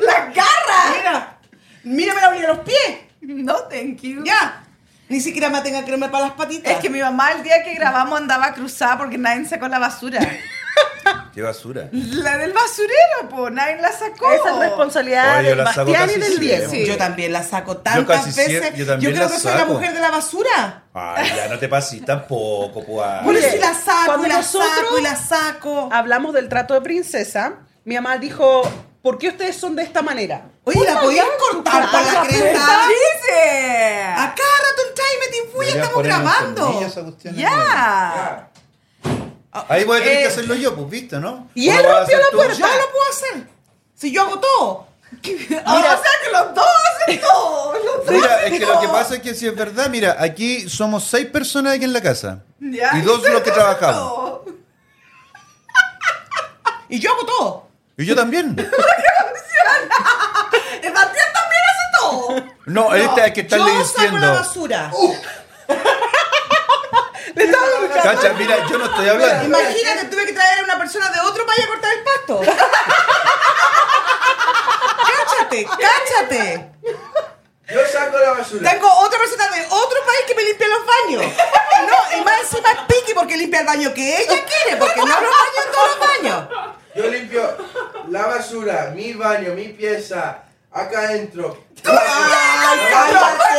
las garras? Mira. Mírame la uña de los pies. No, thank you. Ya. Ni siquiera me tenga crema para las patitas. Es que mi mamá el día que grabamos andaba cruzada porque nadie sacó la basura. Qué basura. la del basurero, po, nadie la sacó. Esa es responsabilidad Oye, yo del la saco Bastián y casi del Diego. siempre. Yo también la saco tantas casi sie- veces. yo Yo, también creo la que soy la saco. mujer de la basura. Ay, ya no te pases tampoco, pues. ay. Por Oye, eso y la saco, cuando y la nosotros- saco, y la saco. Ah, Hablamos del trato de princesa. Mi mamá dijo: ¿Por qué ustedes son de esta manera? Oye, ¿la podías cortar con la cresta? dice? A cada rato entra y me tinfuya, Deberían estamos poner unas grabando. tornillas a cuestión Ya. Ahí voy a tener Eh. que hacerlo yo, pues, ¿viste, no? Y ¿Cómo él lo vas a rompió hacer la tú? puerta. Yo lo puedo hacer. Si yo hago todo. Ahora o sea que los dos hacen todo. Los dos Mira, hacen es que lo todo. que pasa es que si es verdad, mira, aquí somos seis personas aquí en la casa. Ya. Y dos los que trabajamos. Y yo hago todo. Y yo también. El Bastián también hace todo. No, este hay que estarle yo saco la diciendo. basura. Cacha, mira, yo no estoy hablando. Imagínate, tuve que traer a una persona de otro país a cortar el pasto. cáchate, cáchate. Yo saco la basura. Tengo otra persona de otro país que me limpia los baños. No, y más encima es piqui porque limpia el baño que ella quiere, porque no los baños en todos los baños. Yo limpio la basura, mi baño, mi pieza, acá adentro. ¡Ay, cállate!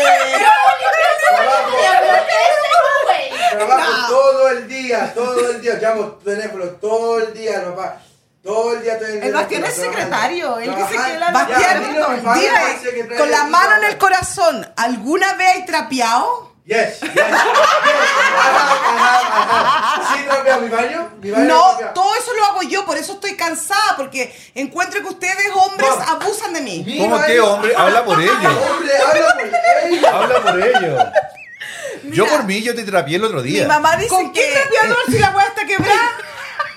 Trabajo todo el día, todo el día. Llamo teléfono todo el día, papá. Todo el día estoy en El Bastián es teléfono, secretario, él dice trabajando. que él habla- Trabajar. Bastián, Ya, a mí no me pagan por dime, secretario, con la aquí mano en trabajo. el corazón, ¿alguna vez hay trapeado? Yes, yes, yes. Ajá, ajá, ajá. ¿Sí trapea mi baño? Mi baño No, trapea. todo eso lo hago yo, por eso estoy cansada, porque encuentro que ustedes, hombres, No. abusan de mí. Mi ¿Cómo que baño- hombre? Habla por ellos. Ah, Hombre, habla por ellos. Habla por ellos. Yo por mí, yo te trapié el otro Mi día. mamá dice ¿Con qué que... trapeador si la weá está quebrada?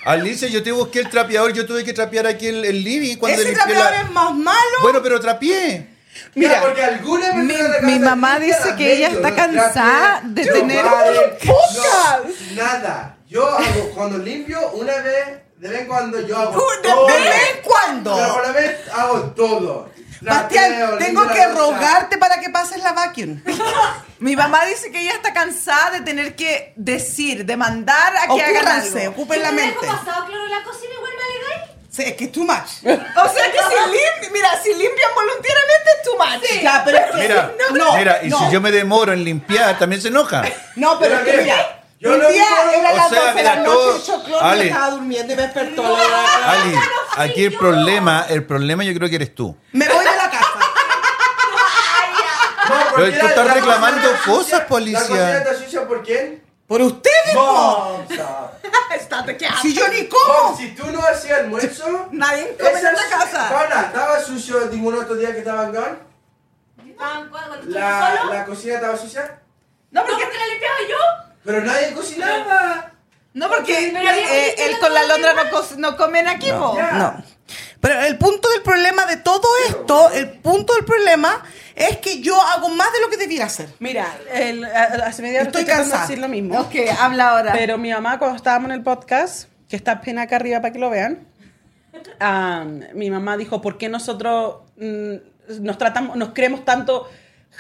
Alicia, yo te busqué el trapeador, yo tuve que trapear aquí el, el living cuando Ese limpié trapeador la- es más malo. Bueno, pero trapié. Mira, Mira, porque alguna vez mi- me regalan mi mamá limpia dice las que ella está medias, cansada las de trapeas, tener chocales, pocas. no, nada. Yo hago cuando limpio una vez, de vez en cuando yo hago de todo. vez en cuando. Pero una vez hago todo. Trapeo, Bastián, tengo limpio que la loza. rogarte para que pases la vacuum. Mi mamá dice que ella está cansada de tener que decir, demandar a que hagan Ocúrranse, algo. ocupen la mente. pasado claro la cocina igual me alegáis? Sí, es que es too much. O sea que si limpian, mira, si limpian voluntariamente es tu madre. Ya, pero es que- Mira, no, mira, y no. si yo me demoro en limpiar, también se enoja. No, pero es que Mira, mira, yo un no día puedo- era o las sea, 12 de la mira, noche, todo- hecho clon, yo Ale. estaba durmiendo y me despertó. la verdad. Ali, aquí el problema, el problema yo creo que eres tú. Me voy de la casa. No, porque Pero tú la- estás la reclamando cocina está cosas, sucia. policía. ¿La cocina está sucia por quién? ah. ¿Por ustedes? po. Mom, sa- Estate quieto. Si yo ni Mom, como. si tú no hacías almuerzo, Nadie come en esas- esta casa. Pana, ¿estaba sucio ningún otro día que estaban gone? Ah, La, la cocina estaba sucia, No, ¿Por porque qué te la limpiaba yo? pero nadie cocinaba. No, porque Pero había eh, gente él que con la no alondra no, co- no comen aquí, po. Ya. No. Pero el punto del problema de todo esto, el punto del problema es que yo hago más de lo que debiera hacer. Mira, el, a- hace media hora Estoy estoy tratando de cansada. decir lo mismo. Ok, habla ahora. Pero mi mamá, cuando estábamos en el podcast, que está pena acá arriba para que lo vean, ah, mi mamá dijo, ¿por qué nosotros mm, nos tratamos, nos creemos tanto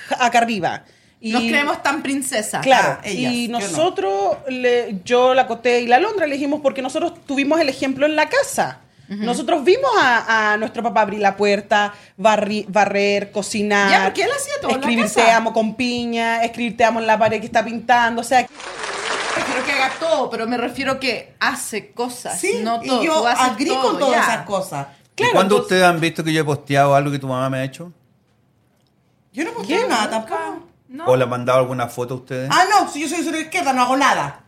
ja- acá arriba? Y- Nos creemos tan princesas. Claro, Ah, ellas, y yo no. nosotros, le- yo la Coté y la Londra le dijimos porque nosotros tuvimos el ejemplo en la casa. Nosotros vimos a, a nuestro papá abrir la puerta, barri- barrer, cocinar. Ya, porque él hacía todo en la Escribir casa. te amo con piña, escribir te amo en la pared que está pintando. O sea, Prefiero que haga todo, pero me refiero que hace cosas, Sí, no todo. y yo Tú haces agrí con todo, todas ya. esas cosas. ¿Y Claro, cuándo entonces- ustedes han visto que yo he posteado algo que tu mamá me ha hecho? Yo no posteo nada tampoco. ¿O le han mandado alguna foto a ustedes? Ah, no, si yo soy de izquierda, no hago nada.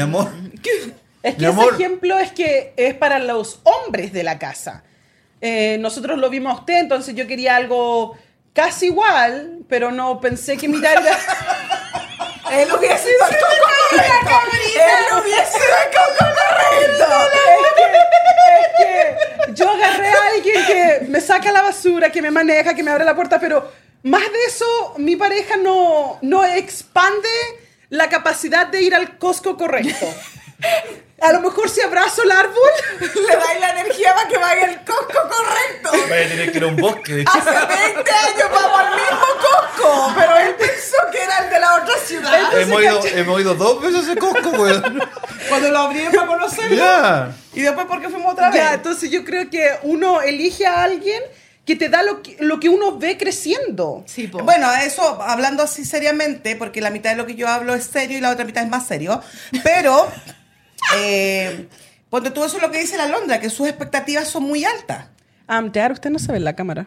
amor. Es que Mi ese amor. ejemplo es que es para los hombres de la casa. Eh, nosotros lo vimos a usted, entonces yo quería algo casi igual, pero no pensé que mi talla Él hubiera sido el coco Él hubiera sido el coco es que yo agarré a alguien que me saca la basura, que me maneja, que me abre la puerta, pero más de eso, mi pareja no, no expande la capacidad de ir al Costco correcto. A lo mejor si abrazo el árbol, Le da la energía para que vaya el coco correcto. Voy a tener que ir a un bosque. Hace 20 años vamos al mismo coco, pero él pensó que era el de la otra ciudad. hemos, ido, hemos ido dos veces a Costco, weón. Cuando lo abrieron para conocerlo. Ya. Y después porque fuimos otra vez. Ya, entonces yo creo que uno elige a alguien que te da lo que, lo que uno ve creciendo. Sí, po. Bueno, eso hablando así seriamente, porque la mitad de lo que yo hablo es serio y la otra mitad es más serio. Pero, eh, ponte tú eso es lo que dice la Londra, que sus expectativas son muy altas. Um, Dad, usted no se ve en la cámara.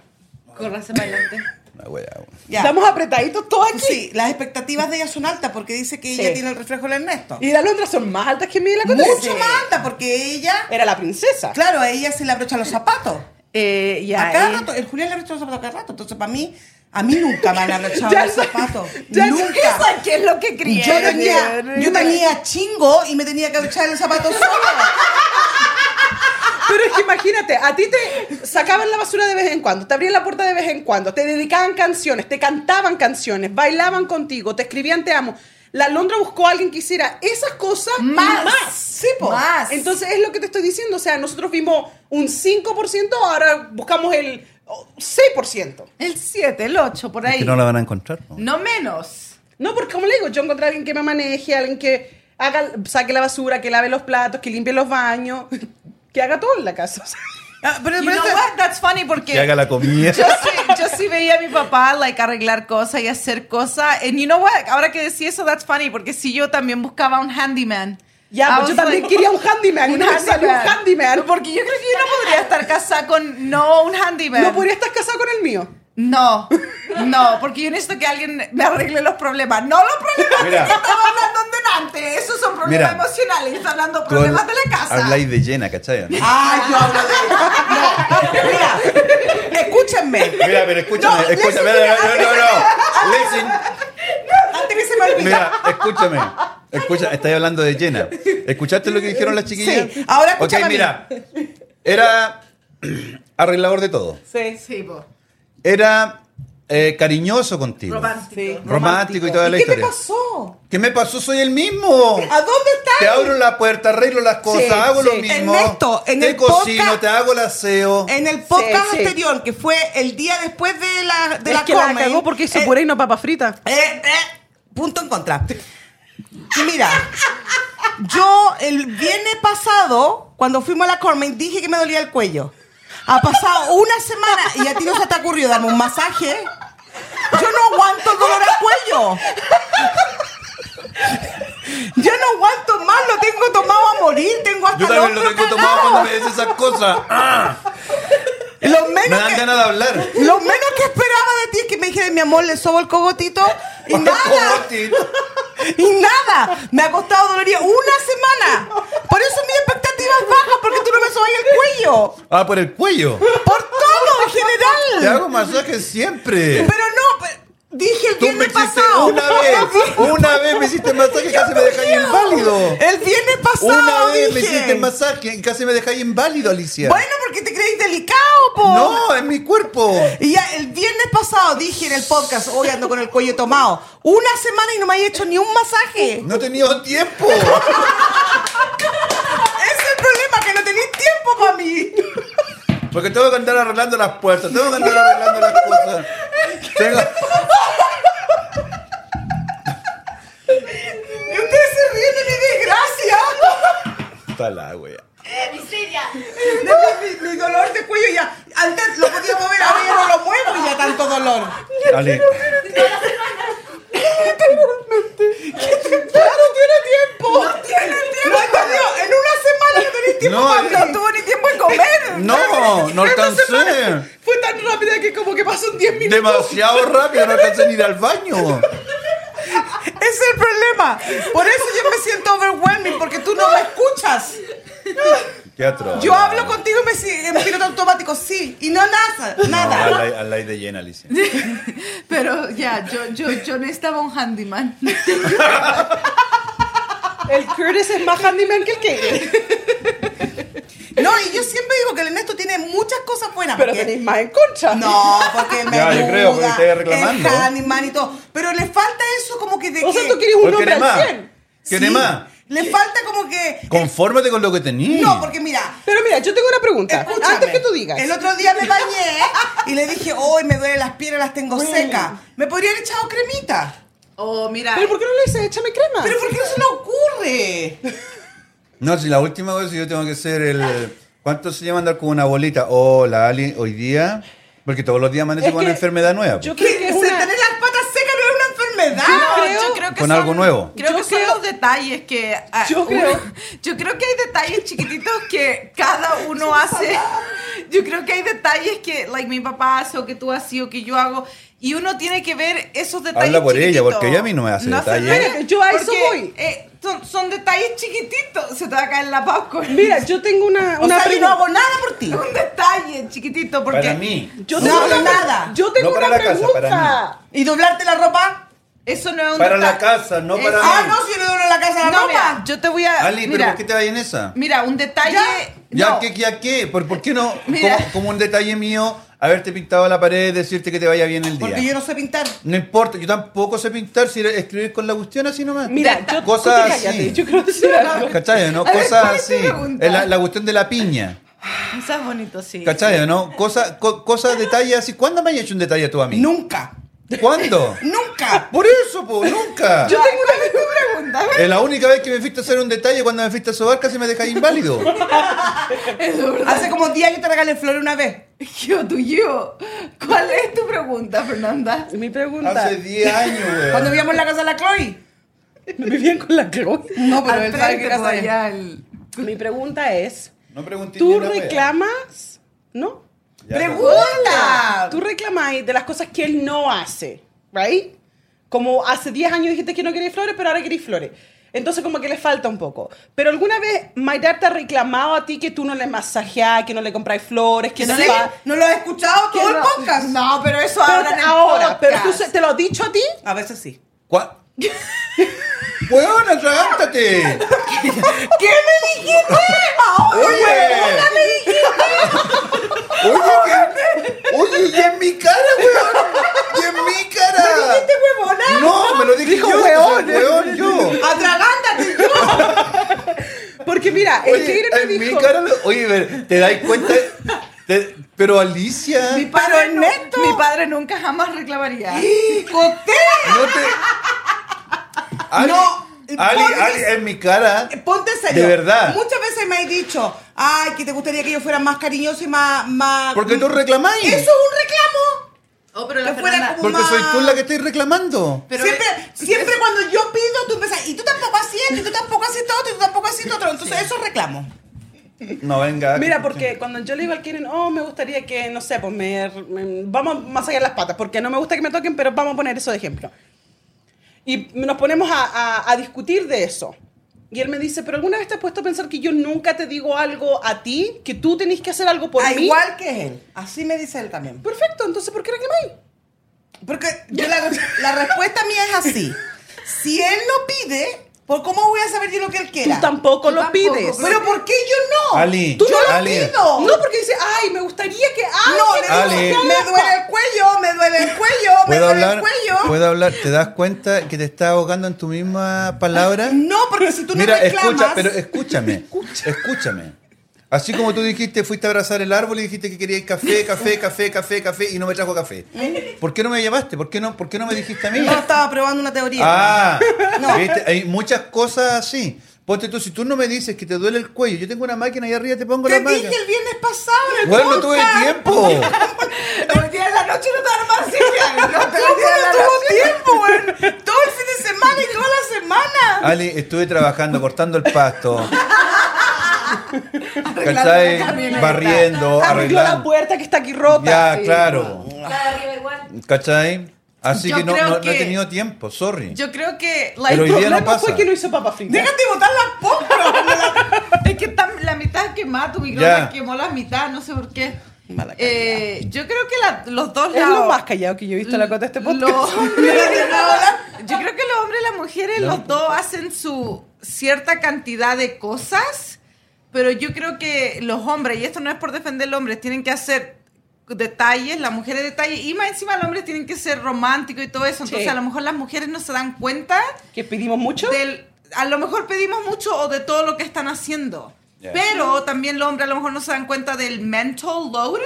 corre hacia adelante. Una wea, weón. Ya. Estamos apretaditos todos aquí. Sí, las expectativas de ella son altas porque dice que Sí. ella tiene el reflejo del Ernesto. Y las Londres son más altas que Eh. mí la Mucho Cote. más alta porque ella, Era la princesa. claro, a ella se le abrocha los zapatos. Eh, ya, a cada eh. rato, el Julián le abrocha los zapatos a cada rato. Entonces, para mí, A mí nunca me han arrechado Ya los sé- zapatos. ya sé- Nunca. ¿Qué es lo que crié? Yo tenía, yo tenía chingo y me tenía que echar los zapatos solo. Pero es que imagínate, a ti te sacaban la basura de vez en cuando, te abrían la puerta de vez en cuando, te dedicaban canciones, te cantaban canciones, bailaban contigo, te escribían te amo. La Londra buscó a alguien que hiciera esas cosas y Más. más. Sí, po. Más. Entonces es lo que te estoy diciendo. O sea, nosotros vimos un 5%, ahora buscamos el oh, 6%. El 7, el 8, por ahí. Que no la van a encontrar. ¿no? No menos. No, porque como le digo, yo encontré a alguien que me maneje, alguien que haga, saque la basura, que lave los platos, que limpie los baños, que haga todo en la casa. o sea. Ah, pero, You pero know esto- what? That's funny porque Que haga la comida. yo sí, yo sí veía a mi papá like, arreglar cosas y hacer cosas. And you know what? Ahora que decía eso, that's funny porque si yo también buscaba un handyman. I Ya, pues yo was también like, quería un handyman. y no me salió un handyman. Porque yo creo que yo no podría estar casada con no un handyman. No podría estar casado con el mío. No, no, porque yo necesito que alguien me arregle los problemas. No los problemas Mira. que yo estaba hablando delante. Esos son problemas Mira. emocionales. Yo estoy hablando Tú problemas habl- de la casa. Habláis de llena, ¿cachai? no? Ay, yo hablo de. No, mira, escúchenme. Mira, pero escúchame, No, escúchame. listen, No, no, no, no. Listen. Antes que se me olvide. Mira, escúchame. Escucha, estáis hablando de llena. ¿Escuchaste lo que dijeron las chiquillas? Sí, ahora escúchame Ok, a mí. mira. Era arreglador de todo. Sí. Sí, po. Era eh, cariñoso contigo. romántico. Romántico y toda la ¿Y ¿Qué historia. te pasó? ¿Qué me pasó? Soy el mismo. ¿A dónde estás? Te abro la puerta, arreglo las cosas, Sí, hago lo sí. mismo. Ernesto, en te el cocino, podcast- te hago el aseo. En el podcast Sí, sí. anterior, que fue el día después de la, de es la que la Comen, cagó porque hizo eh, puré y no papa frita. eh, eh, punto en contra. Mira, yo el viernes pasado, cuando fuimos a la Cormen, dije que me dolía el cuello. Ha pasado una semana y a ti no se te ha ocurrido darme un masaje. Yo no aguanto el dolor al cuello. Yo no aguanto más, lo tengo tomado a morir, tengo hasta Yo el también lo hombro tengo tomado cagado. cuando me dices esas cosas. ¡Ah! Lo Me menos dan que- ganas de hablar. Lo menos que esperaba de ti es que me dijeras, mi amor, le sobo el cogotito y nada. Cogotito. Y nada. Me ha costado dolería una semana. Por eso mis expectativas bajas, porque tú no me sobas el cuello. Ah, por el cuello. Por todo en Te general. hago masaje siempre. Pero no, pe- dije el Tú me viernes hiciste pasado. una vez, una vez me hiciste masaje y casi me dejáis inválido. El viernes pasado. Una vez me dije. hiciste masaje y casi me dejáis inválido, Alicia. Bueno, porque te creéis delicado, po. No, es mi cuerpo. Y ya el viernes pasado dije en el podcast, hoy ando con el cuello tomado. Una semana y no me has hecho ni un masaje. No he tenido tiempo. Ese es el problema, que no tenéis tiempo para mí. Porque tengo que andar arreglando las puertas, tengo que andar arreglando las cosas. Tengo... Y ustedes se ríen de mi desgracia. Está la wea. Eh, Miseria. Ah. De mi, mi dolor de cuello ya. Antes lo podía mover, ahora ya no lo muevo ya tanto dolor. Ali. Claro, tiene tiempo. No tiene tiempo. en una semana no tenéis tiempo No, para es- mí. No tuvo ni tiempo en comer. No, no alcancé. Fue tan rápida que como que pasó en 10 minutos. Demasiado rápido, no alcancé ni ir al baño. Ese es el problema. Por eso yo me siento overwhelming, porque tú no me escuchas. Qué atroz. Yo hablo contigo y me si- en piloto automático, sí. Y no nada. No, Nada. al aire- al aire de llena, Alicia. Pero ya, yo, yo, yo necesitaba un handyman. El Curtis es más handyman que el que. No, y yo siempre digo que el Ernesto tiene muchas cosas buenas. Pero porque- tenéis más en concha. No, porque me Ya, yo creo, porque estáis reclamando. El Handyman y todo. Pero le falta eso como que de O que... sea, tú quieres un Porque hombre ¿Quiere al más? 100. ¿Quiere Sí, más? Le falta como que... Confórmate con lo que Mm. tenías. No, porque mira... Pero mira, yo tengo una pregunta. Escúchame, Antes que tú digas. El otro día me bañé y le dije, hoy me duelen las piernas, las tengo secas. Me podría haber echado cremita. Oh, mira. ¿Pero por qué no le dices échame crema? Pero ¿por qué no se le ocurre? No, si la última vez yo tengo que ser el. ¿Cuánto se llama andar con una bolita? O la Ali hoy día. Porque todos los días amanece Es con que una enfermedad nueva. yo pues. creo que es Se una... tener las patas secas no es una enfermedad. No, creo- Ah, yo creo que con son- algo nuevo. Creo Yo que son creo- los detalles que. ah, Yo uno- creo- yo creo que hay detalles chiquititos que cada uno hace. Yo creo que hay detalles que, like, mi papá hace o que tú haces o que yo hago. Y uno tiene que ver esos detalles. Habla por ella, chiquititos. porque ella a mí no me hace detalles. espérate, Yo a eso porque, voy. eh, son, son detalles chiquititos. Se te va a caer la Pascua. Mira, yo tengo una, O una sea, yo no pregunta. hago nada por ti. un detalle chiquitito. Porque Para mí. Yo No tengo hago una- nada. Yo tengo No para una la casa, pregunta. para ¿Y doblarte la ropa? Eso no es un Para la detalle. casa, no para Eso- mí. Ah, no, si yo le doblo la casa a la No, ropa. mira, yo te voy a. Ali, ¿pero mira, por qué te vas en esa? mira, un detalle. ¿Ya no. qué, ya qué? ¿Por, por qué no? Mira. Como, como un detalle mío, haberte pintado la pared, decirte que te vaya bien el día. Porque yo no sé pintar. No importa, yo tampoco sé pintar, si escribir con la cuestión así nomás. Mira, yo, cosas tú te cállate, así. yo creo que sí algo. ¿Cachai? ¿No? A ver, Cosas ¿cuál es tu así. pregunta? Es La, la cuestión de la piña. Ah, Eso es bonito, sí. ¿Cachai? ¿No? Cosas, co- cosas, detalles así. ¿Cuándo me has hecho un detalle tú a mí? Nunca. ¿Cuándo? Nunca. Por eso, po, nunca. Yo tengo una Es la única vez que me fuiste a hacer un detalle cuando me fuiste a sobar casi me dejáis inválido. Hace como 10 años te regalé flores una vez. Yo, tú, yo. ¿Cuál es tu pregunta, Fernanda? Mi pregunta. Hace 10 años, Cuando weón. vivíamos en la casa de la Chloe. ¿Me vivían con la Chloe? No, pero Al él sabe frente, qué por casa es. allá, el- Mi pregunta es, No pregunté ni ¿tú una wea. reclamas? ¿No? Ya, ¡Pregunta! Tú reclamas de las cosas que él no hace, ¿right? Como hace 10 años dijiste que no querías flores, pero ahora querés flores. Entonces como que le falta un poco. Pero alguna vez My Dad te ha reclamado a ti que tú no le masajeás, que no le compráis flores, que no ¿Sí? le... pa- ¿No lo has escuchado todo el no- podcast? No, pero eso Pero ahora, pero tú se- te lo has dicho a ti. A veces sí. ¿Cuá? ¡Weón, atragántate! ¿Qué me dijiste? ¡Oye! ¡Oye, que, oye, y en mi cara, weón! ¡Y en mi cara! ¿Me dijiste huevona? No, me lo dije Dijo yo, pues, weón. weón, yo. ¡Atragántate! yo. Porque mira, el Oye, tigre me en dijo... mi cara, lo- oye, ver, ¿te das cuenta? Te- pero Alicia, Mi Pero no padre, nu- Ernesto. mi padre nunca jamás reclamaría. ¡Coté! te... Ali, No, Ali, pones- Ali, en mi cara. Eh, Ponte en serio. De verdad. Muchas veces me has dicho, ay, que te gustaría que yo fuera más cariñoso y más... más... Mm. Porque tú reclamáis. Eso es un reclamo. Oh, pero la Fernanda- Porque soy tú la que estoy reclamando. Pero siempre, es- siempre cuando yo pido, tú empiezas, y tú tampoco haces esto, y tú tampoco haces todo, y tú tampoco haces otro. Entonces, eso es reclamo. No, venga. Mira, porque cuando yo le digo al Kieran, oh, me gustaría que, no sé, pues me, me- vamos a masajear las patas, porque no me gusta que me toquen, pero vamos a poner eso de ejemplo. Y nos ponemos a, a- a discutir de eso. Y él me dice, pero ¿alguna vez te has puesto a pensar que yo nunca te digo algo a ti? ¿Que tú tenés que hacer algo por Ah, mí? Igual que él. Así me dice él también. Perfecto, entonces ¿por qué reclamáis? Porque yo la, la respuesta mía es así. Si él lo pide, ¿por cómo voy a saber yo lo que él Tú quiera? tampoco Tú lo tampoco, pides. Pero ¿por qué yo no? Ali, Tú no Ali. lo pido. No, porque dice, ay, me gustaría que... Ay, No, que le te Ale. digo, masajearas me las duele patas". el cuello, me duele el cuello, me ¿Puedo duele el hablar? cuello. ¿Puedo hablar? ¿Te das cuenta que te estás ahogando en tu misma palabra? No, porque si tú Mira, no reclamas... escucha, pero escúchame, escúchame. Así como tú dijiste, fuiste a abrazar el árbol y dijiste que querías café, café, café, café, café y no me trajo café. ¿Por qué no me llamaste? ¿Por qué no, por qué no me dijiste a mí? ¿Eh? No, estaba probando una teoría. Ah, No. ¿viste? hay muchas cosas así. Ponte tú, si tú no me dices que te duele el cuello, yo tengo una máquina ahí arriba, te pongo Te la máquina. dije el viernes pasado en el Bueno, no tuve podcast. tiempo. Hoy día en la noche no te van a masajear, no te Pero van a ¿cómo dar no tuvo tiempo, güey? Todo el fin de semana y toda la semana. Ali, estuve trabajando, cortando el pasto. la ¿Cachai? camioneta. Barriendo, Arregló la arreglando. puerta que está aquí rota. Ya, Sí. claro. Cada arriba igual. ¿Cachai? Así Yo que no, creo no- no que- he tenido tiempo, sorry. Yo creo que la, El Pero hoy día no problema pasa. fue que no hizo papas fritas. Déjate botar las pompas. es que está la mitad quemada, tu micrófono Ya. quemó la mitad, no sé por qué. Mala calidad. Eh, yo creo que la- los dos Es lados. lo más callado que yo he visto en la cota de este Los podcast. hombres, yo creo que los hombres y las mujeres, los dos hacen su cierta cantidad de cosas, pero yo creo que los hombres, y esto no es por defender los hombres, tienen que hacer detalles, las mujeres detalles, y más encima los hombres tienen que ser románticos y todo eso, entonces Sí. a lo mejor las mujeres no se dan cuenta ¿Que pedimos mucho? del- a lo mejor pedimos mucho o de todo lo que están haciendo. Yeah. Pero también los hombres a lo mejor no se dan cuenta del mental load.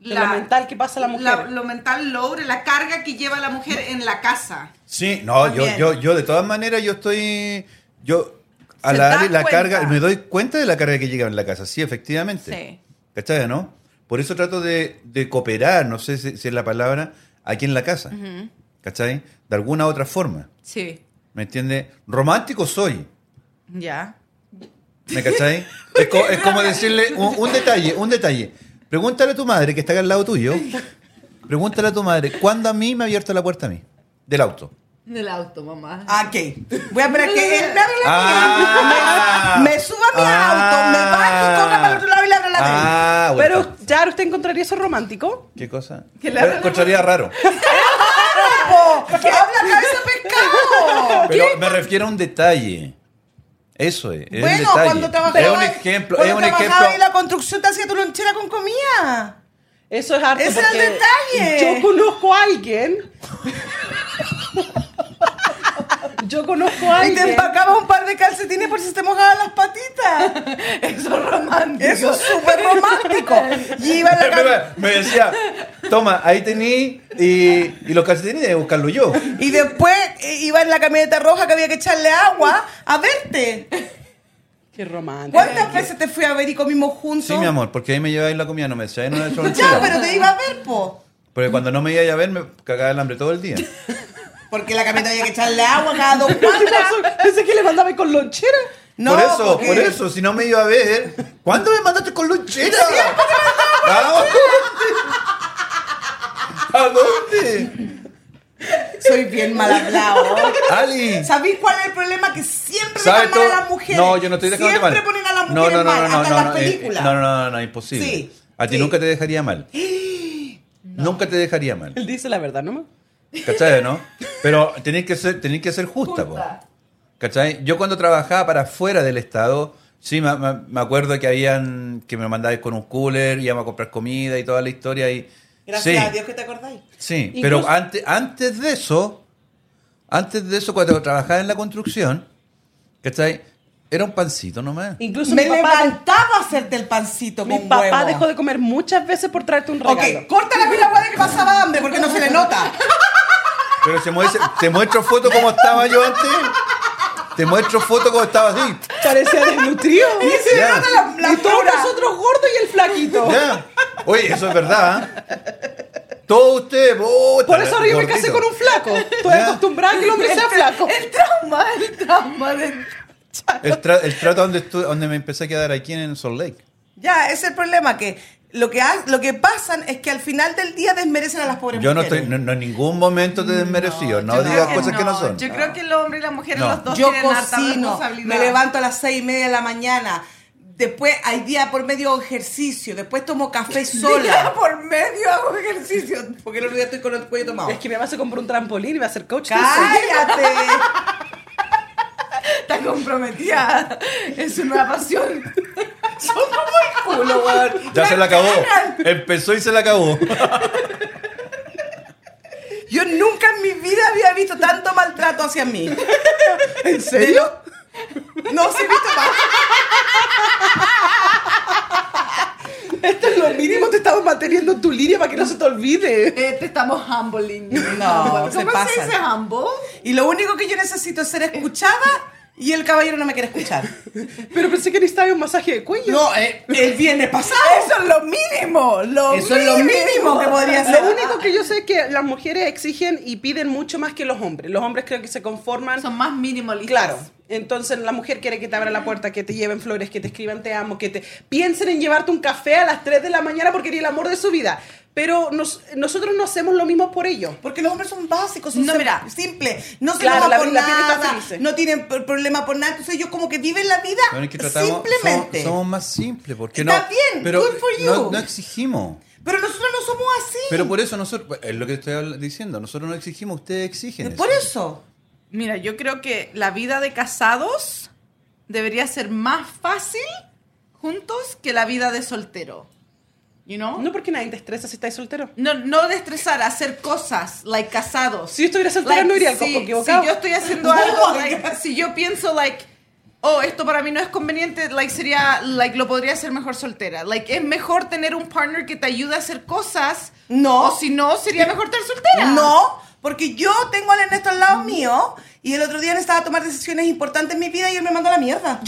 De lo mental que pasa la mujer. lo mental load, la carga que lleva la mujer en la casa. Sí, no, yo, También. yo, yo de todas maneras yo estoy, yo a Se la da Ale la cuenta. carga, me doy cuenta de la carga que llega en la casa, sí, efectivamente. Sí. ¿Cachai, no? Por eso trato de, de cooperar, no sé si, si es la palabra, aquí en la casa. ¿Cachai? De alguna u otra forma. Sí, ¿Me entiendes? Romántico soy. ya. ¿Me cachai? Es, co- es como decirle un, un detalle, un detalle. Pregúntale a tu madre que está acá al lado tuyo Pregúntale a tu madre, ¿cuándo a mí me ha abierto la puerta a mí? Del auto. Del auto, mamá. Ah, ok. Voy a esperar que él me abra la Ah. mía, me, me suba a mi auto, me baje y corra para el otro lado y le abra la mía. Ah, bueno. Pero, ya ¿usted encontraría eso romántico? ¿Qué cosa? Que le Lo abra la encontraría raro. ¡Que habla cabeza de pescado! Pero me refiero a un detalle. Eso es. es bueno, un detalle. cuando trabajaba, Es un ejemplo. Es cuando un trabajaba ejemplo. en la construcción te hacía tu lonchera con comida. Eso es harto. Ese es el porque detalle. Yo conozco a alguien. yo conozco a Y te alguien. empacaba un par de calcetines por si te mojaban las patitas. Eso es romántico. Eso es súper romántico. Y iba a la Me, cam- me decía, toma, ahí tení y, y los calcetines de buscarlo yo. Y después eh, iba en la camioneta roja que había que echarle agua a verte. Qué romántico. ¿Cuántas veces te fui a ver y comimos juntos? Sí, mi amor, porque ahí me lleváis la comida, no me decíais no de Ya, pues. pero te iba a ver, po. Porque cuando no me iba a ver, me cagaba el hambre todo el día. Porque en la camioneta había que echarle agua cada dos cuadras. Pensé que le mandaba con lonchera. No, por eso, porque- por eso, si no me iba a ver, ¿cuándo me mandaste con lonchera? ¿A dónde? ¿A dónde? Soy bien mal hablado. Ali. ¿Sabéis cuál es el problema? Que siempre ¿Sabe dejan mal a todo? las mujeres. No, yo no estoy dejando Siempre mal. ponen a las mujeres no, no, mal, no, no, hasta no, en no, las eh, películas. no, no, no, no, imposible. Sí, a ti sí. nunca te dejaría mal. Nunca te dejaría mal. Él dice la verdad, ¿no? ¿Cachai, no? Pero tenéis que ser, tenéis que ser justa, po. ¿Cachai? Yo cuando trabajaba para afuera del Estado, sí, me, me- me acuerdo que habían, que me mandáis con un cooler, íbamos a comprar comida y toda la historia y... Gracias sí, a Dios que te acordáis. Sí, Incluso- pero antes, antes de eso, antes de eso, cuando trabajaba en la construcción, ¿cachai? Era un pancito nomás. Incluso Me mi papá, levantaba a hacerte el pancito mi con papá huevo. dejó de comer muchas veces por traerte un regalo. Ok, córtala con la guada que pasaba hambre porque no se le nota. Pero se muestra, te muestro foto como estaba yo antes. Te muestro foto como estaba así. Parecía desnutrido. Y se le Ya. nota la, la y todos pura. nosotros gordos y el flaquito. Ya. Oye, eso es verdad. ¿eh? Todo usted, puta, Por eso ahora yo me gordito. casé con un flaco. Estoy Ya. acostumbrada a que el hombre sea flaco. El trauma, el trauma de... El, tra- el trato donde, estu- donde me empecé a quedar aquí en Salt Lake. Ya, ese es el problema que lo que, ha- lo que pasan es que al final del día desmerecen a las pobres Yo no mujeres. estoy, no, no en ningún momento te desmerecido. No, Yo digas creo cosas que no son. Yo creo que el hombre y la mujer, No. los dos Yo tienen harta cocino, responsabilidad. me levanto a las seis y media de la mañana. Después hay día por medio hago ejercicio, después tomo café sola. Día por medio hago ejercicio. Porque el otro día estoy con el cuello tomado. Es que mi mamá se compró un trampolín y va a ser coach. de surf. ¡Cállate! Está comprometida. Es una pasión. Ya se la acabó. Empezó y se la acabó. Yo nunca en mi vida había visto tanto maltrato hacia mí. ¿En serio? No se he visto más. Esto es lo mínimo, te estamos manteniendo en tu línea para que no se te olvide. Eh, te estamos humbling. No, Humble. ¿Cómo se Eh. se pasan. dice humble? Y lo único que yo necesito es ser escuchada y el caballero no me quiere escuchar. Pero pensé que necesitaba un masaje de cuello. No, eh, el viernes pasado. Eso es lo mínimo. Lo Eso es lo mínimo que podría ser. Lo único que yo sé es que las mujeres exigen y piden mucho más que los hombres. Los hombres creo que se conforman. Son más minimalistas. Claro. Entonces la mujer quiere que te abra la puerta, que te lleven flores, que te escriban te amo, que te piensen en llevarte un café a las 3 de la mañana porque eres el amor de su vida. Pero nos- nosotros no hacemos lo mismo por ello. Porque los hombres son básicos, son No, sim- mira. simples, no se Claro, enojan la- por la piel está nada, feliz. no tienen pr- problema por nada, entonces ellos como que viven la vida Bueno, es que tratamos- simplemente. Somos, somos más simples, porque no. Está bien, pero good for you. No, no exigimos. Pero nosotros no somos así. Pero por eso nosotros, pues, es lo que estoy habla- diciendo, nosotros no exigimos, ustedes exigen. eso. Por eso. Mira, yo creo que la vida de casados debería ser más fácil juntos que la vida de soltero. You know? No porque nadie te estresa si estás soltero. No, no de estresar, hacer cosas, like casados. Si yo estuviera soltera Like, no iría al sí, copo equivocado. Si yo estoy haciendo algo, like, si yo pienso, like, oh, esto para mí no es conveniente, like, sería, like, lo podría hacer mejor soltera. Like, es mejor tener un partner que te ayude a hacer cosas. No. O si no, sería mejor estar soltera. No, porque yo tengo al Ernesto al lado mío y el otro día necesitaba tomar decisiones importantes en mi vida y él me mandó a la mierda.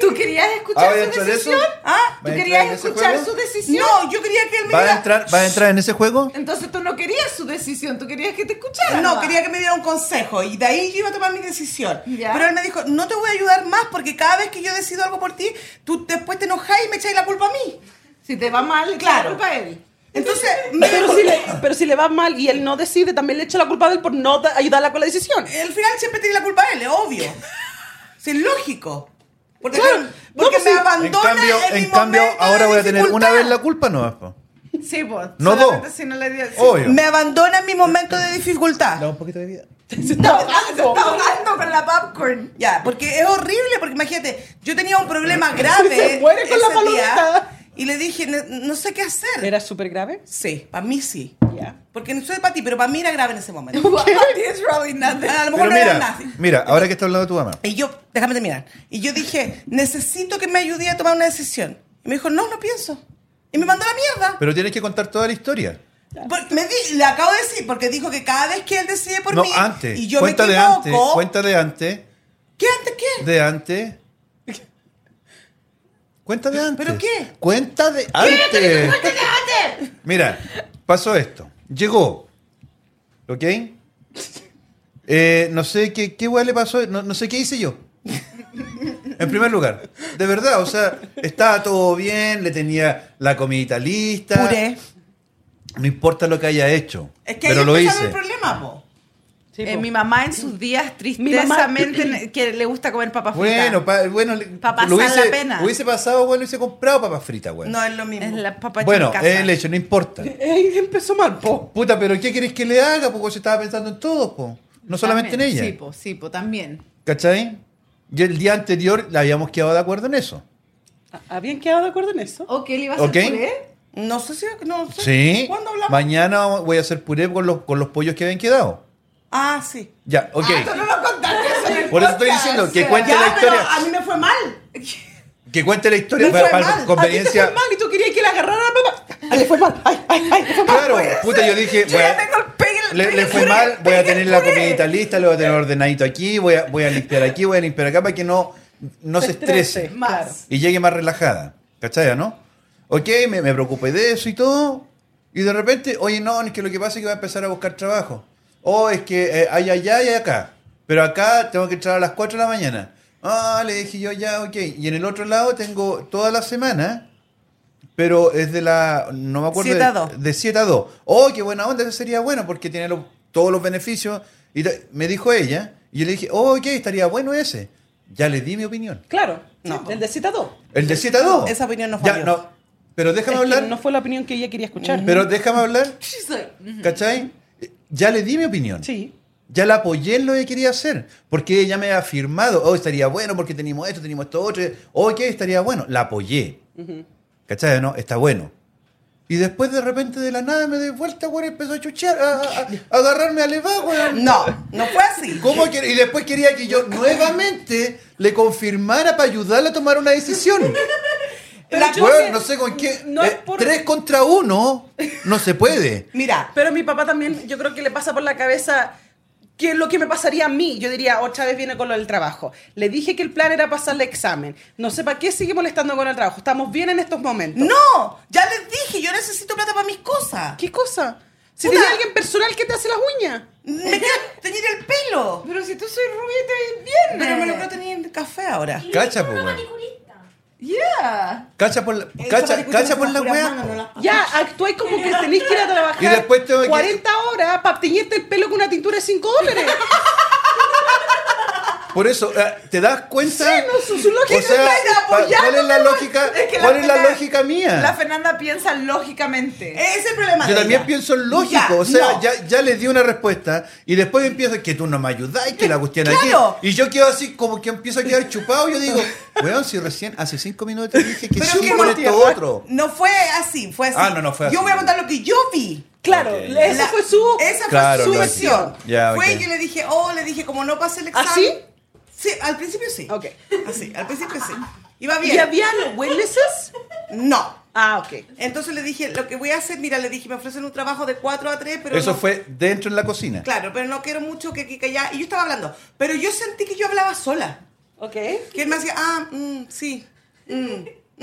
¿Tú querías escuchar Ah, ¿voy a su entrar decisión? eso? ¿Ah? ¿Tú ¿Va a querías entrar en ese escuchar juego? su decisión? No, yo quería que él me ¿Va a, diera- entrar, ¿Va a entrar en ese juego? Entonces tú no querías su decisión, tú querías que te escucharan. No, nomás. quería que me diera un consejo y de ahí yo iba a tomar mi decisión. Ya. Pero él me dijo, no te voy a ayudar más porque cada vez que yo decido algo por ti, tú después te enojas y me echáis la culpa a mí. Si te va mal, Claro. claro. culpa a él. Entonces, me- Pero si, le, pero si le va mal y él no decide, también le echa la culpa a él por no da- ayudarla con la decisión. al final siempre tiene la culpa él, es obvio. Sí, Es lógico. Porque, Claro. me- porque No, pues me sí. En abandona en, cambio, mi en cambio momento de ahora voy a tener una dificultad. vez la culpa, no. po. Sí, pues. No Oh. dos. solamente Si no le di- sí. Obvio. Me abandona en mi momento de dificultad. un poquito de vida. Se está ahogando. Está ahogando con la popcorn. Ya, porque es horrible, porque imagínate, yo tenía un problema grave Se muere con la ese día, palomita. y le dije, no, no sé qué hacer. ¿Era súper grave? Sí, para mí sí. Ya. Porque no soy para ti, pero para mí era grave en ese momento. It's really nothing. A lo mejor Pero no era mira, nazi. mira, ahora que está hablando tu mamá. Y yo, déjame terminar. Y yo dije, necesito que me ayude a tomar una decisión. Y me dijo, no, no pienso. Y me mandó a la mierda. Pero tienes que contar toda la historia. Porque me di- le acabo de decir, porque dijo que cada vez que él decide por no, mí, antes. y yo cuenta me de equivoco, antes. Cuenta de antes. ¿qué antes qué? De antes. Cuenta de antes. ¿Pero qué? Cuenta de antes. Mira, pasó esto. Llegó. ¿Ok? Eh, no sé qué, qué weá le pasó. No, no sé qué hice yo. En primer lugar, de verdad, o sea, estaba todo bien, le tenía la comidita lista. Puré. No importa lo que haya hecho, Es que pero ahí lo empezaron hice. el problema, po. Eh, mi mamá en sus días tristezamente ne- que le gusta comer papas fritas. Bueno, pa- bueno, le- Pa' pasar lo hubiese, la pena. hubiese pasado, bueno, hubiese comprado papas fritas, güey. No es lo mismo. es la papa bueno, chincasa. es el hecho, no importa. Eh, empezó mal, po. Puta, pero ¿qué querés que le haga? Porque yo estaba pensando en todo, po. No solamente en También, ella. Sí, po, sí, po, también. ¿Cachai? Y el día anterior le habíamos quedado de acuerdo en eso. ¿Habían quedado de acuerdo en eso? Ok, le iba a hacer Ok. puré. No sé si, no sé. Sí. ¿Cuándo hablamos? Mañana voy a hacer puré con los, con los pollos que habían quedado. Ah, sí. Ya, ok. Ah, tú no lo contaste eso en el Por eso estoy podcast. diciendo que cuente Ya, pero la historia. Eh, a mí me fue mal. Que cuente la historia Me para, fue para mal. ¿A ti te conveniencia. Mal, Ah, y tú querías que la agarrara a la papá. Ay, le fue mal. Ay, ay, ay, le fue mal. Claro, puta, yo dije, pues. Yo voy ya a- tengo el pegue, el le, pegue, le el fue puré, mal, el voy a pegue, tener el la puré. comidita lista, lo voy a tener ordenadito aquí, voy a, voy a limpiar aquí, voy a limpiar acá para que no, no se estrese Claro. y llegue más relajada. ¿Cachai, no? Ok, me, me preocupé de eso y todo. Y de repente, oye, no, es que lo que pasa es que voy a empezar a buscar trabajo. O es que eh, hay allá y hay acá. Pero acá tengo que entrar a las 4 de la mañana. Ah, le dije yo ya, ok. Y en el otro lado tengo toda la semana, pero es de la. No me acuerdo. Siete a de- dos. De 7 a 2. Oh, qué buena onda, eso sería bueno porque tiene los- todos los beneficios. Y ta- me dijo ella, y yo le dije, oh, ok, estaría bueno ese. Ya le di mi opinión. Claro. No. El de cita dos. El de 7 a 2. Esa opinión no Ya, falló. no. Pero déjame Es que hablar. no fue la opinión que ella quería escuchar. Pero déjame hablar. ¿Cachai? Ya le di mi opinión. Sí. Ya la apoyé en lo que quería hacer. Porque ella me ha afirmado, oh, estaría bueno porque tenemos esto, tenemos esto otro. Oh, ok, estaría bueno. La apoyé. ¿Cachai? ¿No? Está bueno. Y después de repente de la nada me doy vuelta, güey, empezó a chuchar, a, a- a- a agarrarme a levar, güey. No, no fue así. ¿Cómo que- Y después quería que yo nuevamente le confirmara para ayudarla a tomar una decisión. Pero La- yo Weón, sé- no sé con qué. no es eh, por- Tres contra uno no se puede. Mira, Pero mi papá también, yo creo que le pasa por la cabeza qué es lo que me pasaría a mí. Yo diría, otra vez viene con lo del trabajo. Le dije que el plan era pasar el examen. No sé para qué sigue molestando con el trabajo. Estamos bien en estos momentos. no, ya les dije, yo necesito plata para mis cosas. ¿Qué cosa? Si Puta. tiene alguien personal que te hace las uñas. Me quiero teñir el pelo. Pero si tú soy rubia, te ves bien. eh. Pero me lo quiero teñir en café ahora. Y Cacha, pues, con po, una weón. manicurista. Yeah. Cacha por la, Esa cacha, maricucha cacha no por se la apura, wea. mano, no la- Ya, actuáis como que tenéis que ir a trabajar Y después tengo que- 40 horas para teñirte el pelo con una tintura de 5 dólares. Por eso, eh, ¿te das cuenta? Sí, no, su- su lógica o sea, está pa- ¿Cuál es la apoyándome, lógica? pues. Es que la ¿Cuál es la Fernanda- lógica mía? La Fernanda piensa lógicamente. Ese es el problema. Yo de también ella. pienso en lógico, Ya, o sea, no. ya, ya le di una respuesta y después empiezo que tú no me ayudáis, que la cuestión Claro. aquí. Y yo quedo así como que empiezo a quedar chupado. Yo digo, weón, si recién hace cinco minutos te dije que Pero sí que con no- esto otro. No fue así, fue así. Ah, no, no fue así. Yo voy a contar lo que yo vi. Claro, Ok. esa La- fue su... Esa fue Claro, su lo- versión. Ya, fue ok. que le dije, oh, le dije, como no pasé el examen. ¿Así? Sí, al principio sí. ¿Ah, Ok. Así, al principio sí. Iba bien. ¿Y había witnesses? No. Ah, ok. Entonces le dije, lo que voy a hacer, mira, le dije, me ofrecen un trabajo de 4 a 3, pero. Eso no- fue dentro en la cocina. Claro, pero no quiero mucho que aquí, que allá. Y yo estaba hablando. Pero yo sentí que yo hablaba sola. Ok. Que él me hacía, ah, mm, sí. mm,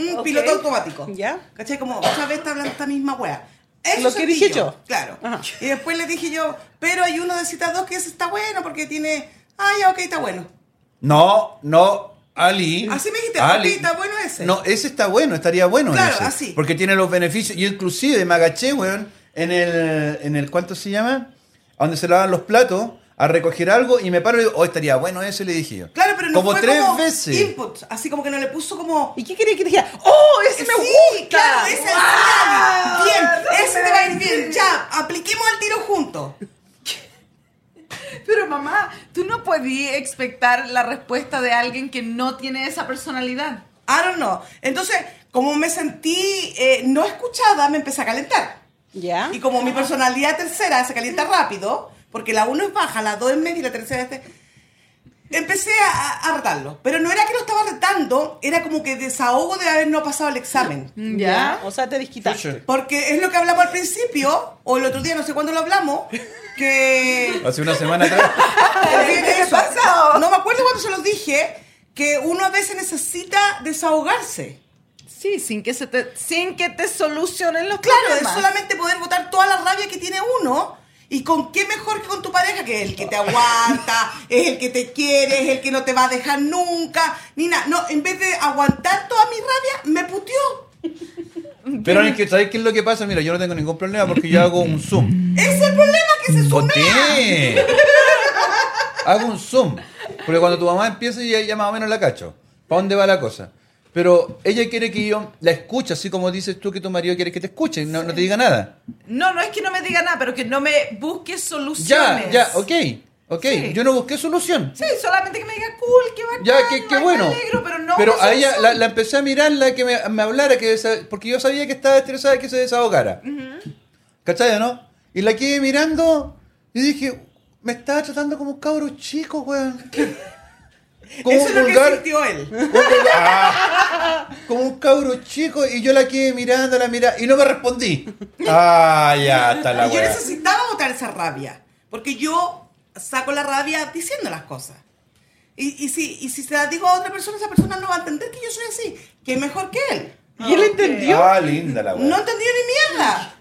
mm, Ok. Piloto automático. Ya. ¿Cachai? Como otra vez está hablando esta misma wea. Eso Lo que sentí dije yo. Claro. Ajá. Y después le dije yo, pero hay uno de citas dos que ese está bueno porque tiene. Ah, ya, ok, está bueno. No, no, Ali. Así me dijiste, Ali. "Papi, está bueno ese". No, ese está bueno, estaría bueno Claro, ese. así. Porque tiene los beneficios. Yo inclusive me agaché, weón, en el, en el ¿cuánto se llama? A donde se lavan los platos, a recoger algo y me paro y digo, oh, estaría bueno ese, le dije yo. Claro, pero no Como fue tres como veces. input, así como que no le puso como... ¿Y qué quería que te dijera? ¡Oh, ese me sí, gusta! claro, ese es Ali. No Bien, ese me te va a ir va a bien. Ya, apliquemos el tiro juntos. Pero mamá, tú no podías expectar la respuesta de alguien que no tiene esa personalidad. I don't know. Entonces, como me sentí eh, no escuchada, me empecé a calentar. ¿Ya? Y como mi personalidad tercera se calienta rápido, porque la uno es baja, la dos es media y la tercera es... este, Empecé a, a retarlo. Pero no era que lo estaba retando, era como que desahogo de haber no pasado el examen. Mm, ¿Ya? O sea, te disquitaste. Future. Porque es lo que hablamos al principio, o el otro día, no sé cuándo lo hablamos, que... Hace una semana atrás. Eso. No me acuerdo cuándo se los dije, que uno a veces necesita desahogarse. Sí, sin que se te, sin que te solucionen los Claro, es problemas. solamente poder votar toda la rabia que tiene uno. ¿Y con qué mejor que con tu pareja? Que es el que te aguanta, es el que te quiere, es el que no te va a dejar nunca. Nina, no, en vez de aguantar toda mi rabia, me puteó. Pero es que, ¿sabes qué es lo que pasa? Mira, yo no tengo ningún problema porque yo hago un zoom. Ese es el problema que se sumea. ¡Joder! Hago un zoom. Porque cuando tu mamá empieza, ya, ya más o menos la cacho. ¿Para dónde va la cosa? Pero ella quiere que yo la escuche, así como dices tú que tu marido quiere que te escuche, y no, no te diga nada. No, no es que no me diga nada, pero que no me busques soluciones. Ya, ya, ok, ok. Sí. Yo no busqué solución. Sí, solamente que me diga cool, qué bacán, Ya, qué, qué ay, me bueno. alegro, pero no una a ella solución. la, la empecé a mirar, la que me, me hablara, que desa- porque yo sabía que estaba estresada y que se desahogara. ¿Cachai o no? Y la quedé mirando y dije, me estaba tratando como un cabro chico, weón. Como Eso un es lo que vulgar- sintió él. como un vulgar- ¡Ah! como un cabro chico y yo la quedé mirando, la miraba y no me respondí. Ah, ya, está la Y yo weá. necesitaba votar esa rabia. Porque yo saco la rabia diciendo las cosas. Y, y si, y si se la digo a otra persona, esa persona no va a entender que yo soy así. Que es mejor que él. ¿Y él entendió? Ah, linda la weá. No entendió ni mierda.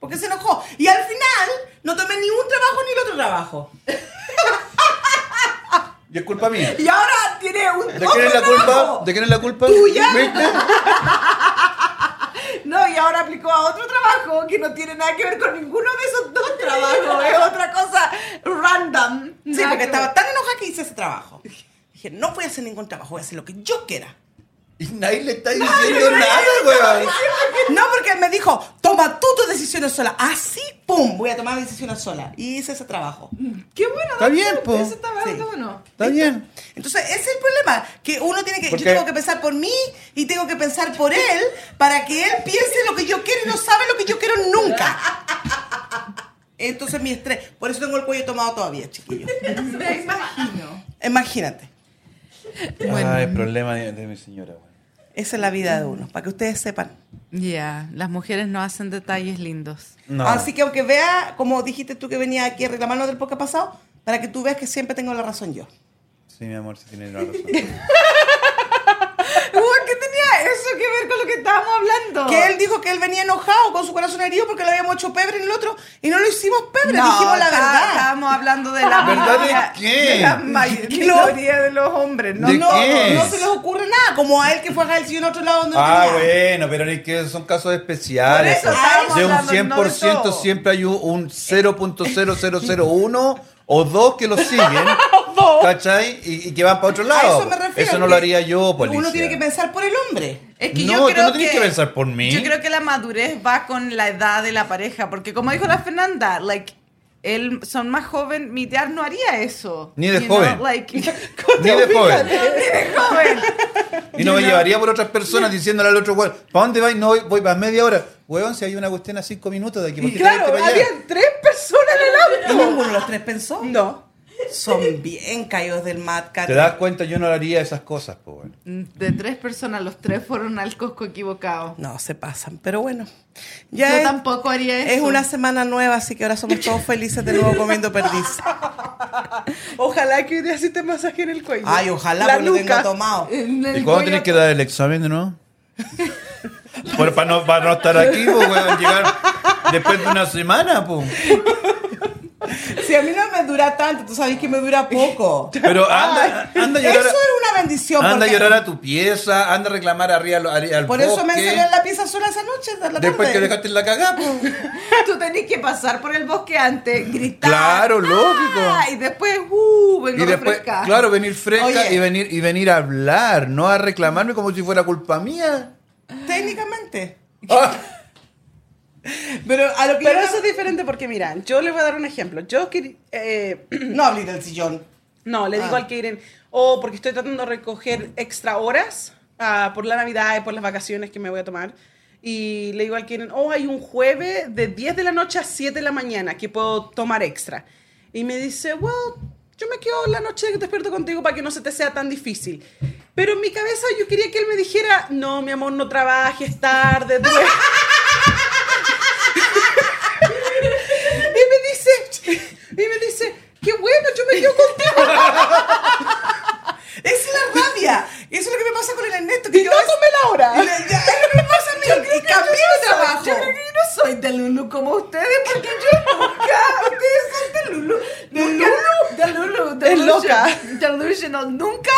Porque se enojó. Y al final no tomé ni un trabajo ni el otro trabajo. Y es culpa mía. Y ahora tiene un ¿De quién es la culpa? ¿De quién es la culpa? ¿Tuya? No, y ahora aplicó a otro trabajo que no tiene nada que ver con ninguno de esos dos trabajos. Es otra cosa random. Sí, Nada porque que estaba ver. tan enojada que hice ese trabajo. Dije, no voy a hacer ningún trabajo, voy a hacer lo que yo quiera. Y nadie le está diciendo nada, weón. No, porque él me dijo, toma tú tus decisiones sola. Así, pum, voy a tomar mis decisiones sola. Y hice ese trabajo. Qué bueno. Está Dante, bien, po. Eso está Sí. bastante bueno. Está bien. Entonces, ese es el problema, que uno tiene que, yo Porque- tengo que pensar por mí y tengo que pensar por él para que él piense lo que yo quiero y no sabe lo que yo quiero nunca. Entonces, mi estrés, por eso tengo el cuello tomado todavía, chiquillo. Me imagino. Imagínate, Ah, el problema de, de mi señora, weón. esa es la vida de uno, para que ustedes sepan. Ya, las mujeres no hacen detalles lindos. No. Así que aunque vea, como dijiste tú que venía aquí a reclamarnos del podcast pasado, para que tú veas que siempre tengo la razón yo. Sí, mi amor, sí tiene razón. Uy, ¿Qué tenía eso que ver con lo que estábamos hablando? Que él dijo que él venía enojado con su corazón herido porque le habíamos hecho pebre en el otro y no lo hicimos pebre, No, dijimos la está- verdad. Estábamos hablando de la ¿Verdad de mayoría- qué? De la mayoría de los hombres, ¿no? ¿De no, qué? no se les ocurre nada, como a él que fue a Helsinki en otro lado donde Ah, tenía. bueno, pero es que son casos especiales. pues. Por eso estábamos de un hablando, 100% no de todo. siempre hay un- un 0.0001 o dos que lo siguen. ¿Cachai? Y, y que van para otro A lado. pues. eso me refiero. Eso no que lo haría yo, policía. Uno tiene que pensar por el hombre. Es que No, yo tú creo no tienes que pensar por mí. Yo creo que la madurez va con la edad de la pareja, porque como dijo la Fernanda, like él son más joven, mi dad no haría eso. Ni de You joven. know, like- ni Ni de joven. de joven. Y no me llevaría por otras personas diciéndole al otro, weón, ¿para dónde vais? No voy, voy para media hora. Weón, si hay una cuestión a cinco minutos de aquí, ¿por qué te Claro, vais para allá? habían tres personas en el Y auto. ninguno de los tres pensó. No. Son bien caídos del Mad Cat. Te das cuenta, yo no haría esas cosas, po, weón. De tres personas, los tres fueron al Costco equivocado. No, se pasan. Pero bueno, Yo ya es, tampoco haría eso. es una semana nueva, así que ahora somos todos felices de nuevo comiendo perdiz. Ojalá que hoy día sí te masajen el cuello. Ay, ojalá, la porque lo tengo nuca. tomado. En el ¿Y cuándo cuello- tenés que dar el examen de nuevo? Por- para, no, para no estar aquí, po, weón, llegar después de una semana, po. Si a mí no me dura tanto, tú sabes que me dura poco. Pero anda, anda a llorar. Eso es una bendición. Anda a porque- llorar a tu pieza, anda a reclamar arriba al, al- al Por eso me bosque. encerré en la pieza sola esa noche. de La Después que tarde. dejaste la cagada, Tú tenés que pasar por el bosque antes, gritar. Claro, ¡Ah! lógico. Y después, uh, vengo Y después, refrescada. claro, venir fresca Oye. y venir y venir a hablar, no a reclamarme como si fuera culpa mía. Técnicamente. Ah. Pero a lo que Pero yo- eso es diferente porque, mira, yo les voy a dar un ejemplo. Yo quería... eh, No hablé del sillón. No, le digo al Keiren, oh, porque estoy tratando de recoger extra horas ah, por la Navidad y por las vacaciones que me voy a tomar. Y le digo al Keiren, oh, hay un jueves de 10 de la noche a 7 de la mañana que puedo tomar extra. Y me dice, well, yo me quedo la noche que despierto contigo para que no se te sea tan difícil. Pero en mi cabeza yo quería que él me dijera, no, mi amor, no trabajes tarde, duerme. Y me dice, y me dice, qué bueno, yo me quedo contigo. Es la rabia. Eso es lo que me pasa con el Ernesto. Que Y yo no tomé la hora. Y le- ya, es lo que me pasa a mí. Y cambié de trabajo. Yo creo que yo no soy de Lulu como ustedes, porque yo nunca. ustedes son de Lulu. Nunca, de Lulu. De Es loca. Delusional. Nunca,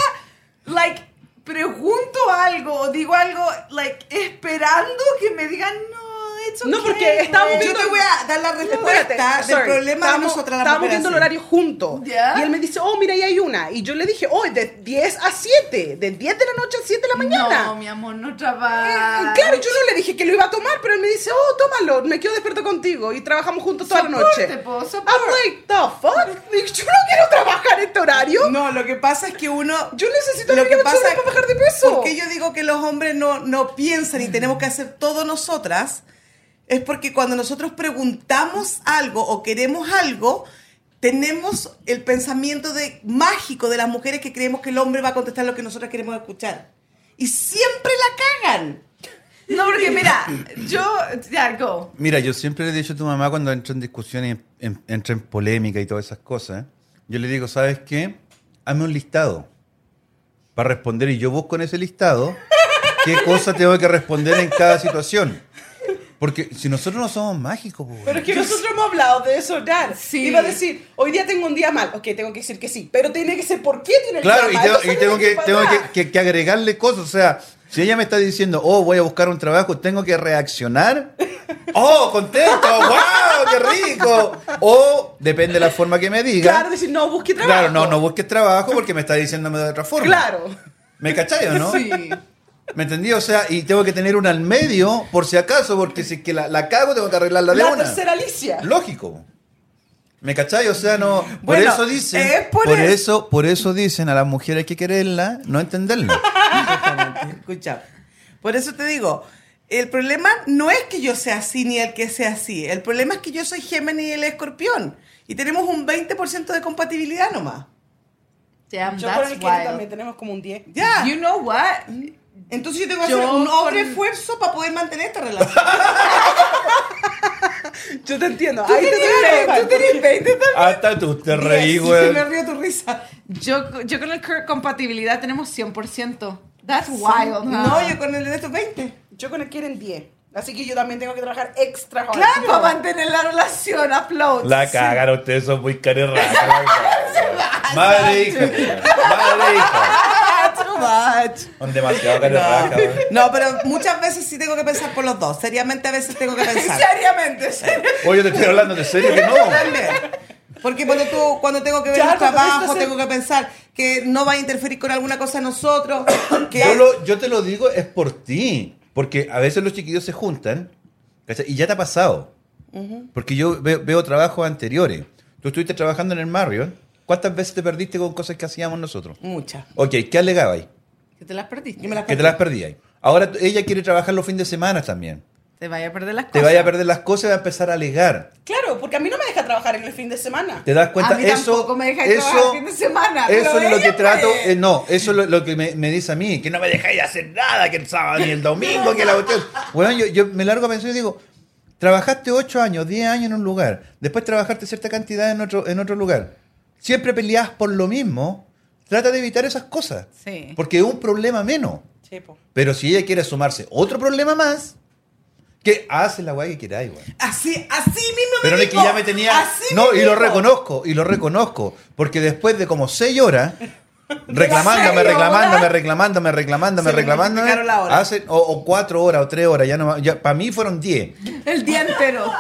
like, pregunto algo o digo algo, like, esperando que me digan, no, it's okay. No, porque estábamos Yo viendo- te voy a dar la Espérate, respuesta del sorry. problema de Estábamos- nosotras las Estábamos mujeres viendo el así. horario juntos. Ya. Y él me dice, oh, mira, ahí hay una. Y yo le dije, oh, es de 10 a 7. De 10 de la noche a 7 de la mañana. No, mi amor, no Eh, trabaja. Claro, yo no le dije que lo iba a tomar, pero él me dice, oh, tómalo, me quedo despierto contigo y trabajamos juntos toda la Soporte, noche. po, soporte. I'm like, the fuck? Dije, Yo no quiero trabajar este horario. No, lo que pasa es que uno. Yo necesito lo mi que ocho pasa horas para bajar de peso. Mm. Porque yo digo que los hombres no, no piensan y tenemos que hacer todo nosotras. Es porque cuando nosotros preguntamos algo o queremos algo, tenemos el pensamiento de, mágico de las mujeres que creemos que el hombre va a contestar lo que nosotras queremos escuchar. Y siempre la cagan. No, porque mira, yo. Ya, go. Mira, yo siempre le he dicho a tu mamá cuando entra en discusiones, en- entra en polémica y todas esas cosas, ¿eh? yo le digo, ¿sabes qué? Hazme un listado para responder y yo busco en ese listado qué cosa tengo que responder en cada situación. Porque si nosotros no somos mágicos, po, Pero es que nosotros hemos hablado de eso, Dad. Sí. Iba a decir, hoy día tengo un día mal. Ok, tengo que decir que sí, pero tiene que ser por qué tiene el Claro, y día mal. tengo, Entonces y tengo no le que, echo tengo para que, atrás. que- que agregarle cosas. O sea, si ella me está diciendo, oh, voy a buscar un trabajo, tengo que reaccionar. Oh, contento, wow, qué rico. O depende de la forma que me diga. Claro, decir, no, busque trabajo. Claro, no, no busques trabajo porque me está diciéndome de otra forma. Claro. ¿Me cachai o no? Sí. ¿Me entendí? O sea, y tengo que tener una al medio por si acaso, porque si es que la, la cago tengo que arreglarla de La una. tercera Alicia. Lógico. ¿Me cachai? O sea, no. Bueno, por eso dicen. es por por, eso. eso, por eso dicen a las mujeres hay que quererla, no entenderla. Exactamente, escucha. Por eso te digo, el problema no es que yo sea así ni el que sea así. El problema es que yo soy Géminis y él es escorpión. Y tenemos un 20% de compatibilidad nomás. Damn, Yo por that's el que también wild. tenemos como un 10. Ya. You know what? Entonces yo tengo que Yo hacer un doble con- esfuerzo para poder mantener esta relación. Yo te entiendo. Ahí te doy tú tenés 20 también. Hasta tú te reí, Diez. güey. Se me río tu risa. Yo, yo con el Kirk compatibilidad tenemos 100%. That's wild, huh? No, yo con el de estos 20. Yo con el quieren 10. Así que yo también tengo que trabajar extra horas. Claro, para mantener la relación afloat. La cagaron, ustedes son muy carerracas. Madre e hija. Madre e hija. Too much. Son demasiado No. carerracas. güey. No, pero muchas veces sí tengo que pensar por los dos. Seriamente a veces tengo que pensar. Seriamente, Oye, te estoy hablando de serio que no. También. Porque cuando, tú, cuando tengo que ver Ya, el cuando trabajo, esto se- tengo que pensar que no va a interferir con alguna cosa de nosotros. Que Yo, lo- yo te lo digo es por ti. Porque a veces los chiquillos se juntan. ¿cachai? Y ya te ha pasado. Porque yo ve- veo trabajos anteriores. Tú estuviste trabajando en el Marriott. ¿Cuántas veces te perdiste con cosas que hacíamos nosotros? Muchas. Ok, ¿qué alegabais? Que te las perdiste. Yo me las Que te las perdíais. Ahora tú- ella quiere trabajar los fines de semana también. Te vaya a perder las cosas. Te vaya a perder las cosas y va a empezar a alegar. Claro, porque a mí no me deja trabajar en el fin de semana. ¿Te das cuenta? A mí eso, tampoco me dejáis eso, trabajar el fin de semana, Eso pero es lo que ella pues, trato. puede. eh, no, eso es lo, lo que me, me dice a mí, que no me dejáis hacer nada, que el sábado ni el domingo, que la cuestión. Bueno, yo, yo me largo a pensar y digo, trabajaste 8 años, 10 años en un lugar, después trabajaste cierta cantidad en otro, en otro lugar. Siempre peleás por lo mismo. Trata de evitar esas cosas. Sí. Porque es un problema menos. Sí, po. Pero si ella quiere sumarse otro problema más, Que haces la weá que queráis, weón. Así, así mismo me Pero es que dijo, ya me tenía. así No, me y lo dijo. reconozco, y lo reconozco. Porque después de como seis horas, reclamándome, seis reclamándome, horas? reclamándome, reclamándome, Se le reclamándome. multiplicaron la hora. Hace, o, o cuatro horas o tres horas, ya no ya, Para mí fueron diez. El día entero.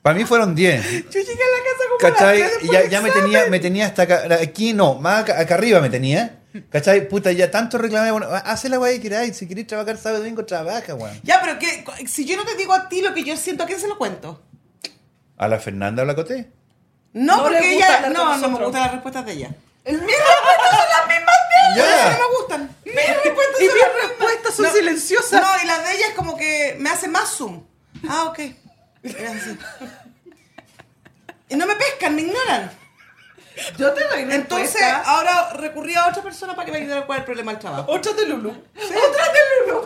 Para mí fueron diez. Yo llegué a la casa como a las ¿Cachai? tres después Ya, del ya me examen. tenía, me tenía hasta acá, aquí no, más acá, acá arriba me tenía. ¿Cachai? Puta, ya tanto reclamé, bueno, hace la weá que queráis, si queréis trabajar sábado y domingo, trabaja, weón. Ya, pero que si yo no te digo a ti lo que yo siento, ¿a quién se lo cuento? A la Fernanda Blacoté. No, No le porque gusta ella hablar con no, no me nosotros. gustan las respuestas de ella. El mismo respeto son las mismas mierdas. Por eso Ya. no me gustan. Mis respuestas son las mismas. respuestas son No, silenciosas. No, y las de ella es como que me hace más zoom. Ah, ok. Era así. Y no me pescan, me ignoran. Yo te doy Entonces, ahora recurrí a otra persona para que me ayudara con el problema del trabajo. Otra ah, de Lulu. Otra de Lulu.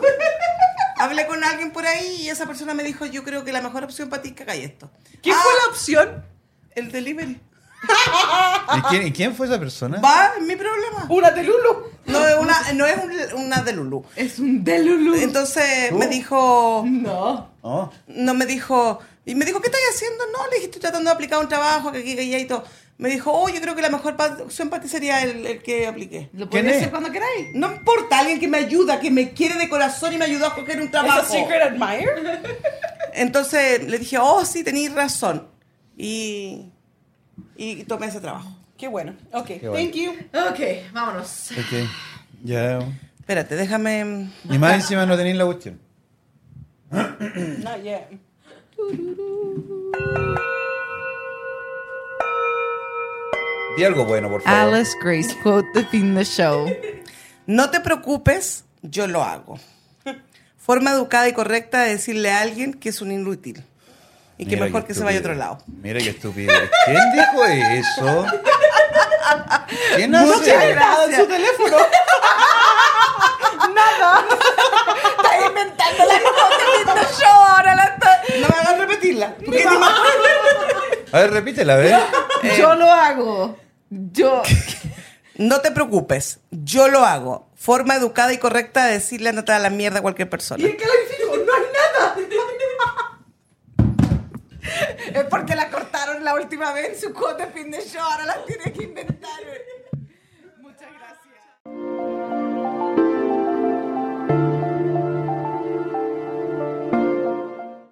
Hablé con alguien por ahí y esa persona me dijo, yo creo que la mejor opción para ti es que hagáis esto. ¿Qué Ah, fue la opción? El delivery. ¿Y quién, y quién fue esa persona? Va, es mi problema. Una de Lulu. No es una, no es un- una de Lulu. Es un de Lulu. Entonces me dijo, No. Oh. no me dijo, y me dijo, ¿qué estás haciendo? No, le dije, estoy tratando de aplicar un trabajo, que aquí, que allá y todo. Me dijo, oh, yo creo que la mejor pa- opción para ti sería el, el que apliqué. Lo ¿Quién puedes es? hacer cuando queráis. No importa, alguien que me ayuda, que me quiere de corazón y me ayudó a coger un ¿Es a trabajo. secret admirer? Entonces le dije, oh, sí, tenéis razón. Y, y tomé ese trabajo. Qué bueno. Ok. bueno. Thank you. Ok, vámonos. Ok. Ya. Espérate, déjame... Y más encima no tenéis la cuestión. Not yet. Di algo bueno, por favor. Alice Grace quote the fin the show. No te preocupes, yo lo hago. Forma educada y correcta de decirle a alguien que es un inútil. Y que Mira mejor qué que se vaya a otro estúpido. lado. Mira qué estúpido. ¿Quién dijo eso? ¿Quién No hace tiene nada en su teléfono. Está inventando la quote the fin the show ahora. La está- No me hagan repetirla. Porque ni más- A ver, repítela, a ver. Eh, Yo lo hago. Yo. No te preocupes, yo lo hago. Forma educada y correcta de decirle andate a la mierda a cualquier persona. ¿Qué califico? No hay nada. Es porque la cortaron la última vez en su quote the fin the show. Ahora la tiene que inventar.